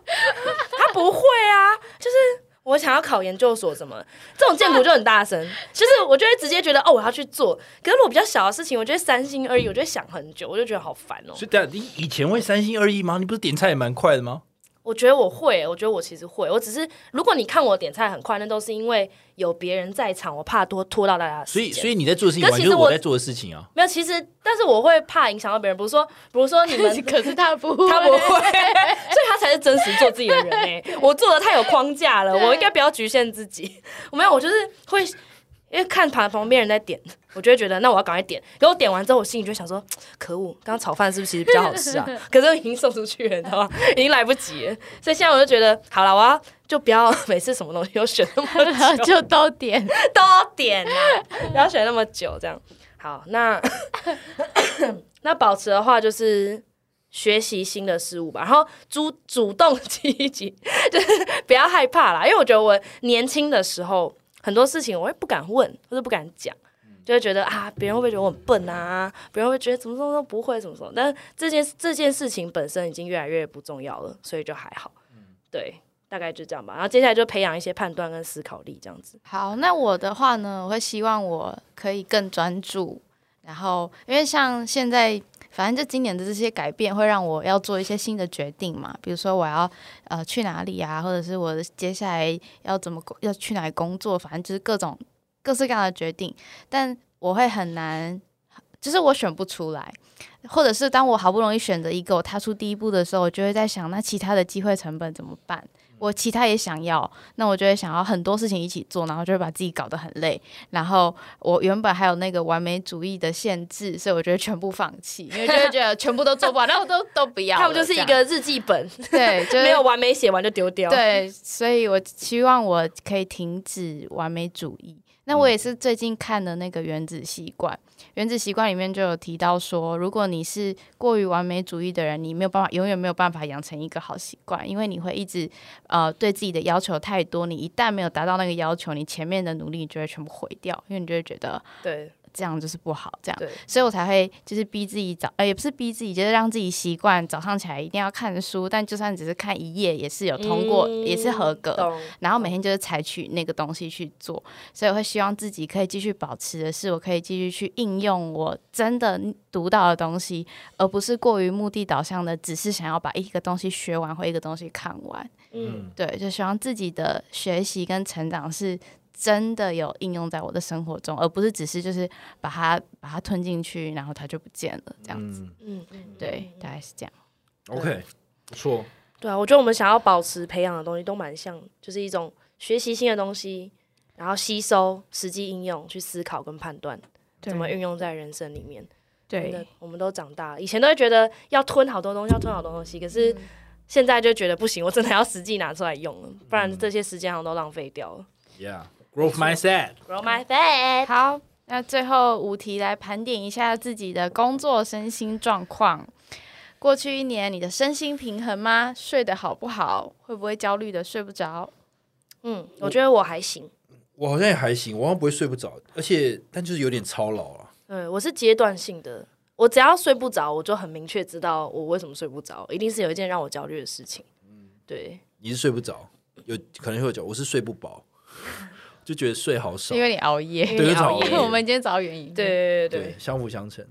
B: 他不会啊，就是我想要考研究所，怎么这种剑骨就很大声，就是我就会直接觉得哦，我要去做。可是我比较小的事情，我就会三心二意，我就会想很久，我就觉得好烦哦。
C: 所以等下你以前会三心二意吗？你不是点菜也蛮快的吗？
B: 我觉得我会，我觉得我其实会，我只是如果你看我点菜很快，那都是因为有别人在场，我怕多拖到大家的时
C: 所
B: 间。
C: 以所以你在做的事
B: 可
C: 情，
B: 是
C: 完
B: 其
C: 全
B: 实
C: 就是我
B: 我
C: 在做的事情啊。
B: 没有，其实但是我会怕影响到别人，比如说比如说你 们
A: 可是他不会，
B: 他不会，所以他才是真实做自己的人 哎、我做的太有框架了，
A: 对
B: 我应该不要局限自己。 我没有，我就是会因为看旁旁边人在点，我就会觉得那我要赶快点。可我点完之后，我心里就想说，可恶，刚刚炒饭是不是其实比较好吃 啊？可是已经送出去了，你知道吗？已经来不及了。所以现在我就觉得，好了，我要就不要每次什么东西都选那么
A: 然后
B: 久，
A: 就都点。
B: 多点啊， 不要选那么久这样。好，那 那保持的话就是学习新的事物吧，然后主主动积极， 就是不要害怕啦。因为我觉得我年轻的时候很多事情我也不敢问，或者不敢讲。就会觉得啊，别人会不会觉得我很笨啊？别人会觉得怎么怎么都不会，怎么怎么？但是这件这件事情本身已经越来越不重要了，所以就还好。对，大概就这样吧。然后接下来就培养一些判断跟思考力，这样子。
A: 好，那我的话呢，我会希望我可以更专注，然后因为像现在，反正就今年的这些改变，会让我要做一些新的决定嘛，比如说我要呃去哪里啊，或者是我接下来要怎么要去哪里工作，反正就是各种各式各样的决定，但我会很难，就是我选不出来。或者是当我好不容易选择一个，我踏出第一步的时候，我就会在想，那其他的机会成本怎么办？我其他也想要，那我就会想要很多事情一起做，然后就会把自己搞得很累。然后我原本还有那个完美主义的限制，所以我就会全部放弃，因为就会觉得全部都做不好，然后都都不要了。
B: 他们就是一
A: 这样
B: 个日记本，
A: 对，就是
B: 没有完美写完就丢掉。，
A: 对，所以我希望我可以停止完美主义。那我也是最近看的那个《原子习惯》，《原子习惯》里面就有提到说，如果你是过于完美主义的人，你没有办法，永远没有办法养成一个好习惯，因为你会一直呃对自己的要求太多。你一旦没有达到那个要求，你前面的努力就会全部毁掉，因为你就会觉得
B: 对
A: 这样就是不好，这样。
B: 对
A: 所以我才会就是逼自己早，呃，也不是逼自己，就是让自己习惯早上起来一定要看书，但就算只是看一页，也是有通过，
B: 嗯
A: 也是合格。
B: 懂
A: 然后每天就是采取那个东西去做，所以我会希望自己可以继续保持的是，我可以继续去应用我真的读到的东西，而不是过于目的导向的，只是想要把一个东西学完或一个东西看完。
B: 嗯，
A: 对，就希望自己的学习跟成长是真的有应用在我的生活中，而不是只是就是把它把它吞进去，然后它就不见了这样子。
C: 嗯
B: 嗯嗯，
A: 对，大概是这样。
C: ，OK，不错。
B: 对啊，我觉得我们想要保持培养的东西都蛮像，就是一种学习新的东西，然后吸收、实际应用、去思考跟判断怎么运用在人生里面。真的
A: 对，
B: 我们都长大了，以前都会觉得要吞好多东西，要吞好多东西，可
A: 嗯
B: 是现在就觉得不行，我真的要实际拿出来用了，不然这些时间好像都浪费掉了。
C: Yeah，growth mindset。
B: Roll my bed。
A: 好。那最后五题来盘点一下自己的工作身心状况。过去一年，你的身心平衡吗？睡得好不好？会不会焦虑的睡不着？
B: 嗯，我觉得我还行。
D: 我好像也还行，我好像不会睡不着，而且但就是有点操劳啊。
B: 对，我是阶段性的。我只要睡不着，我就很明确知道我为什么睡不着，一定是有一件让我焦虑的事情。对，
D: 你是睡不着，有可能会有脚，我是睡不饱，就觉得睡好少
A: 因。为你熬夜。
D: 对，
B: 你
D: 就
B: 熬
D: 早
B: 夜
A: 因为我们今天找原因。，
B: 对对对
D: 对
B: 对，
D: 相辅相成。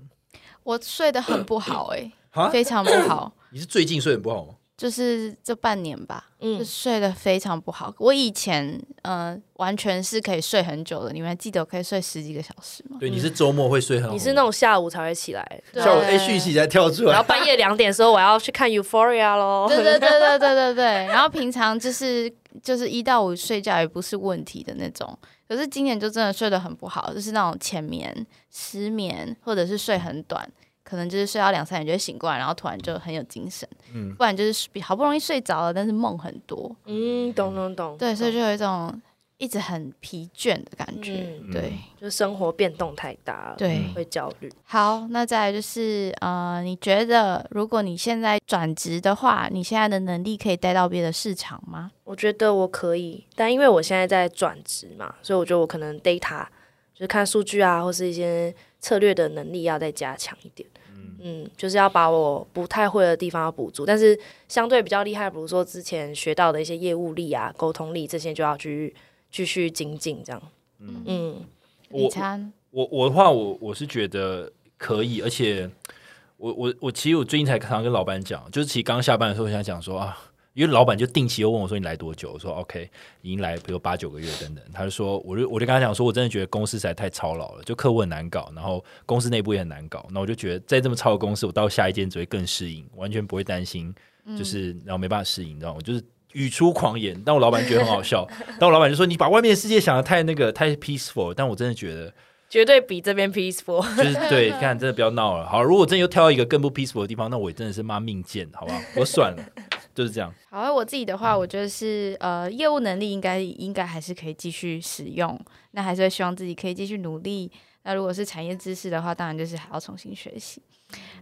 A: 我睡得很不好哎、
D: 啊，
A: 非常不好，
D: 你是最近睡很不好吗？
A: 就是这半年吧，就
B: 嗯，
A: 睡得非常不好。我以前呃完全是可以睡很久的，你们还记得我可以睡十几个小时吗？
D: 对，你是周末会睡很好。
B: 你是那种下午才会起来，
A: 对啊
D: 像我 A 讯息才跳出
B: 然
D: 来
B: 后，半夜两点的时候我要去看 Euphoria 咯。
A: 对对对对对对对。然后平常就是就是一到五睡觉也不是问题的那种，可是今年就真的睡得很不好，就是那种浅眠、失眠，或者是睡很短，可能就是睡到两三点就会醒过来，然后突然就很有精神。
D: 嗯
A: 不然就是比好不容易睡着了，但是梦很多。
B: 嗯，懂懂懂。
A: 对，所以
B: 懂
A: 就有一种一直很疲倦的感觉。
B: 嗯，
A: 对
B: 就是生活变动太大了，
A: 对。
B: 会焦虑。
A: 好，那再来就是呃，你觉得如果你现在转职的话，你现在的能力可以带到别的市场吗？
B: 我觉得我可以，但因为我现在在转职嘛，所以我觉得我可能 data 就是看数据啊，或是一些策略的能力要再加强一点。嗯，就是要把我不太会的地方要补足，但是相对比较厉害，比如说之前学到的一些业务力啊、沟通力这些，就要去继续精进这样。
A: 嗯
B: 嗯，
A: 李
C: 我
A: 餐，
C: 我我的话，我我是觉得可以，而且我我我其实我最近才常跟老板讲，就是其实刚下班的时候，我想讲说啊，因为老板就定期又问我说你来多久，我说 OK，已经来比如八九个月等等，他就说我就我就跟他讲说，我真的觉得公司实在太操劳了，就客户很难搞，然后公司内部也很难搞，那我就觉得在这么操的公司，我到下一间只会更适应，完全不会担心就是然后没办法适应，你知道吗？就是。语出狂言，但我老板觉得很好笑。 但我老板就说：“你把外面的世界想的太那个太 peaceful。”但我真的觉得，
B: 绝对比这边 peaceful。
C: 就是对，看真的不要闹了。好，如果真的又挑一个更不 peaceful 的地方，那我也真的是妈命贱，好不好？ 我算了，就是这样。
A: 好，我自己的话，我觉得是呃，业务能力应该应该还是可以继续使用，那还是会希望自己可以继续努力。那如果是产业知识的话，当然就是还要重新学习。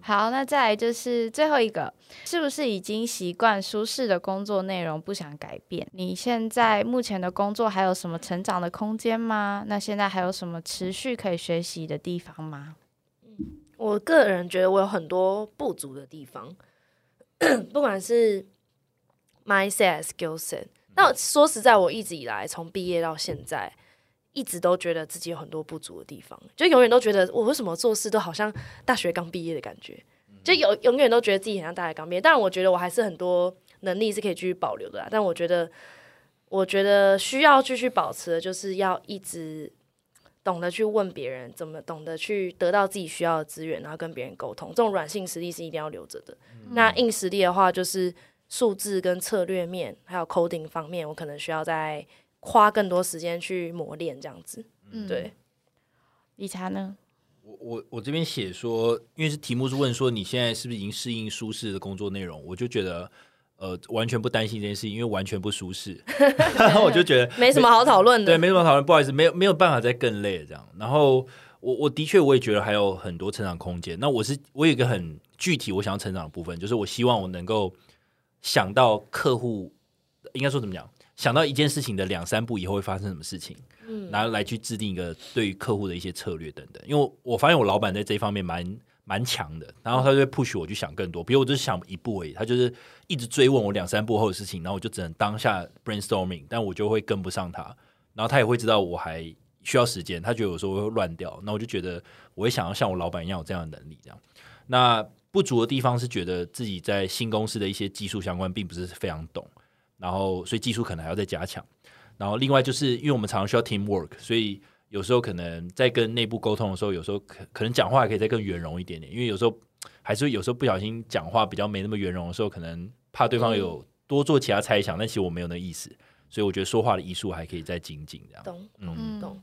A: 好，那再来就是最后一个，是不是已经习惯舒适的工作内容，不想改变？你现在目前的工作还有什么成长的空间吗？那现在还有什么持续可以学习的地方吗？
B: 我个人觉得我有很多不足的地方，不管是 mindset、skill set。那说实在，我一直以来从毕业到现在，一直都觉得自己有很多不足的地方，就永远都觉得我为什么做事都好像大学刚毕业的感觉，就有永远都觉得自己很像大学刚毕业。但我觉得我还是很多能力是可以继续保留的啦，但我觉得，我觉得需要继续保持的就是要一直懂得去问别人，怎么懂得去得到自己需要的资源，然后跟别人沟通，这种软性实力是一定要留着的。
C: 嗯
B: 那硬实力的话，就是数字跟策略面，还有 coding 方面，我可能需要再花更多时间去磨练，这样子。
A: 嗯，
B: 对，，
A: 理查呢？
C: 我我我这边写说，因为是题目是问说你现在是不是已经适应舒适的工作内容，我就觉得呃完全不担心这件事情，因为完全不舒适， 我就觉得
B: 没什么好讨论
C: 对，
B: 的。
C: 没什么讨论，不好意思，没有没有办法再更累了这样。然后我我的确我也觉得还有很多成长空间。那我是我有一个很具体我想要成长的部分，就是我希望我能够想到客户，应该说怎么讲，想到一件事情的两三步以后会发生什么事情，嗯，然后来去制定一个对于客户的一些策略等等。因为我我发现我老板在这一方面蛮。蛮强的，然后他就会 push 我去想更多，比如我就是想一步而已，他就是一直追问我两三步后的事情，然后我就只能当下 brainstorming，但我就会跟不上他，然后他也会知道我还需要时间，他觉得有时候会乱掉，那我就觉得我也想要像我老板一样有这样的能力，这样。那不足的地方是觉得自己在新公司的一些技术相关并不是非常懂，然后所以技术可能还要再加强。然后另外就是因为我们常常需要 team work，所以有时候可能在跟内部沟通的时候，有时候可可能讲话还可以再更圆融一点点，因为有时候还是有时候不小心讲话比较没那么圆融的时候，可能怕对方有多做其他猜想，但其实我没有那个意思，所以我觉得说话的艺术还可以再精进这样。
B: 懂
C: 嗯，
A: 嗯
B: 懂。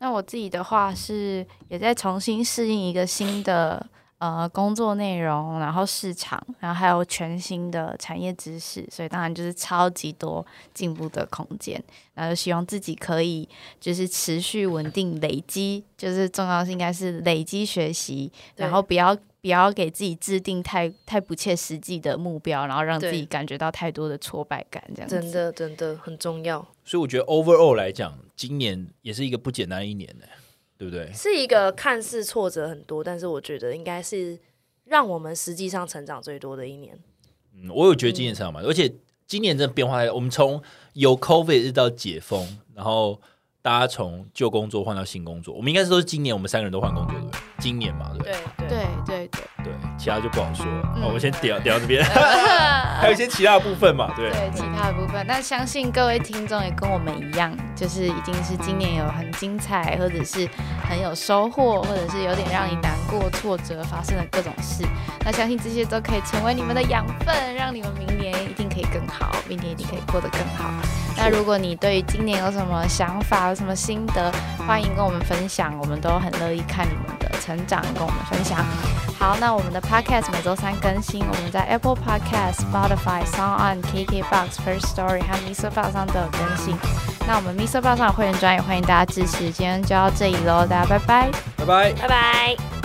A: 那我自己的话是也在重新适应一个新的呃工作内容，然后市场，然后还有全新的产业知识，所以当然就是超级多进步的空间。然后希望自己可以就是持续稳定累积，就是重要是应该是累积学习，
B: 对
A: 然后不要不要给自己制定太太不切实际的目标，然后让
B: 对
A: 自己感觉到太多的挫败感，这样子。
B: 真的真的很重要，
C: 所以我觉得 overall 来讲，今年也是一个不简单的一年呢、对不对？
B: 是一个看似挫折很多，但是我觉得应该是让我们实际上成长最多的一年。
C: 嗯，我有觉得今年成长嘛，而且今年真的变化太大。我们从有 COVID 一直到解封，然后大家从旧工作换到新工作，我们应该是都是今年我们三个人都换工作，对不对？今年嘛，对不对？
B: 对
A: 对对对，
C: 对，其他就不好说。
A: 嗯
C: 好，我们先点点到这 边，还有一些其他的部分嘛，对。
A: 对其他的部分，那相信各位听众也跟我们一样，就是已经是今年有很精彩，或者是很有收获，或者是有点让你难过、挫折发生的各种事。那相信这些都可以成为你们的养分，让你们明年一定可以更好，明年一定可以过得更好。那如果你对于今年有什么想法、有什么心得，欢迎跟我们分享，我们都很乐意看你们的成长，跟我们分享。好，那我们的 Podcast 每周三更新，我们在 Apple Podcast、Spotify、Sound On、KKBox、First Story 和 Mr. Box 上都有更新。那我们 Mr. Box 上有会员专也欢迎大家支持。今天就到这里喽，大家拜拜。
D: 拜拜。
B: 拜拜。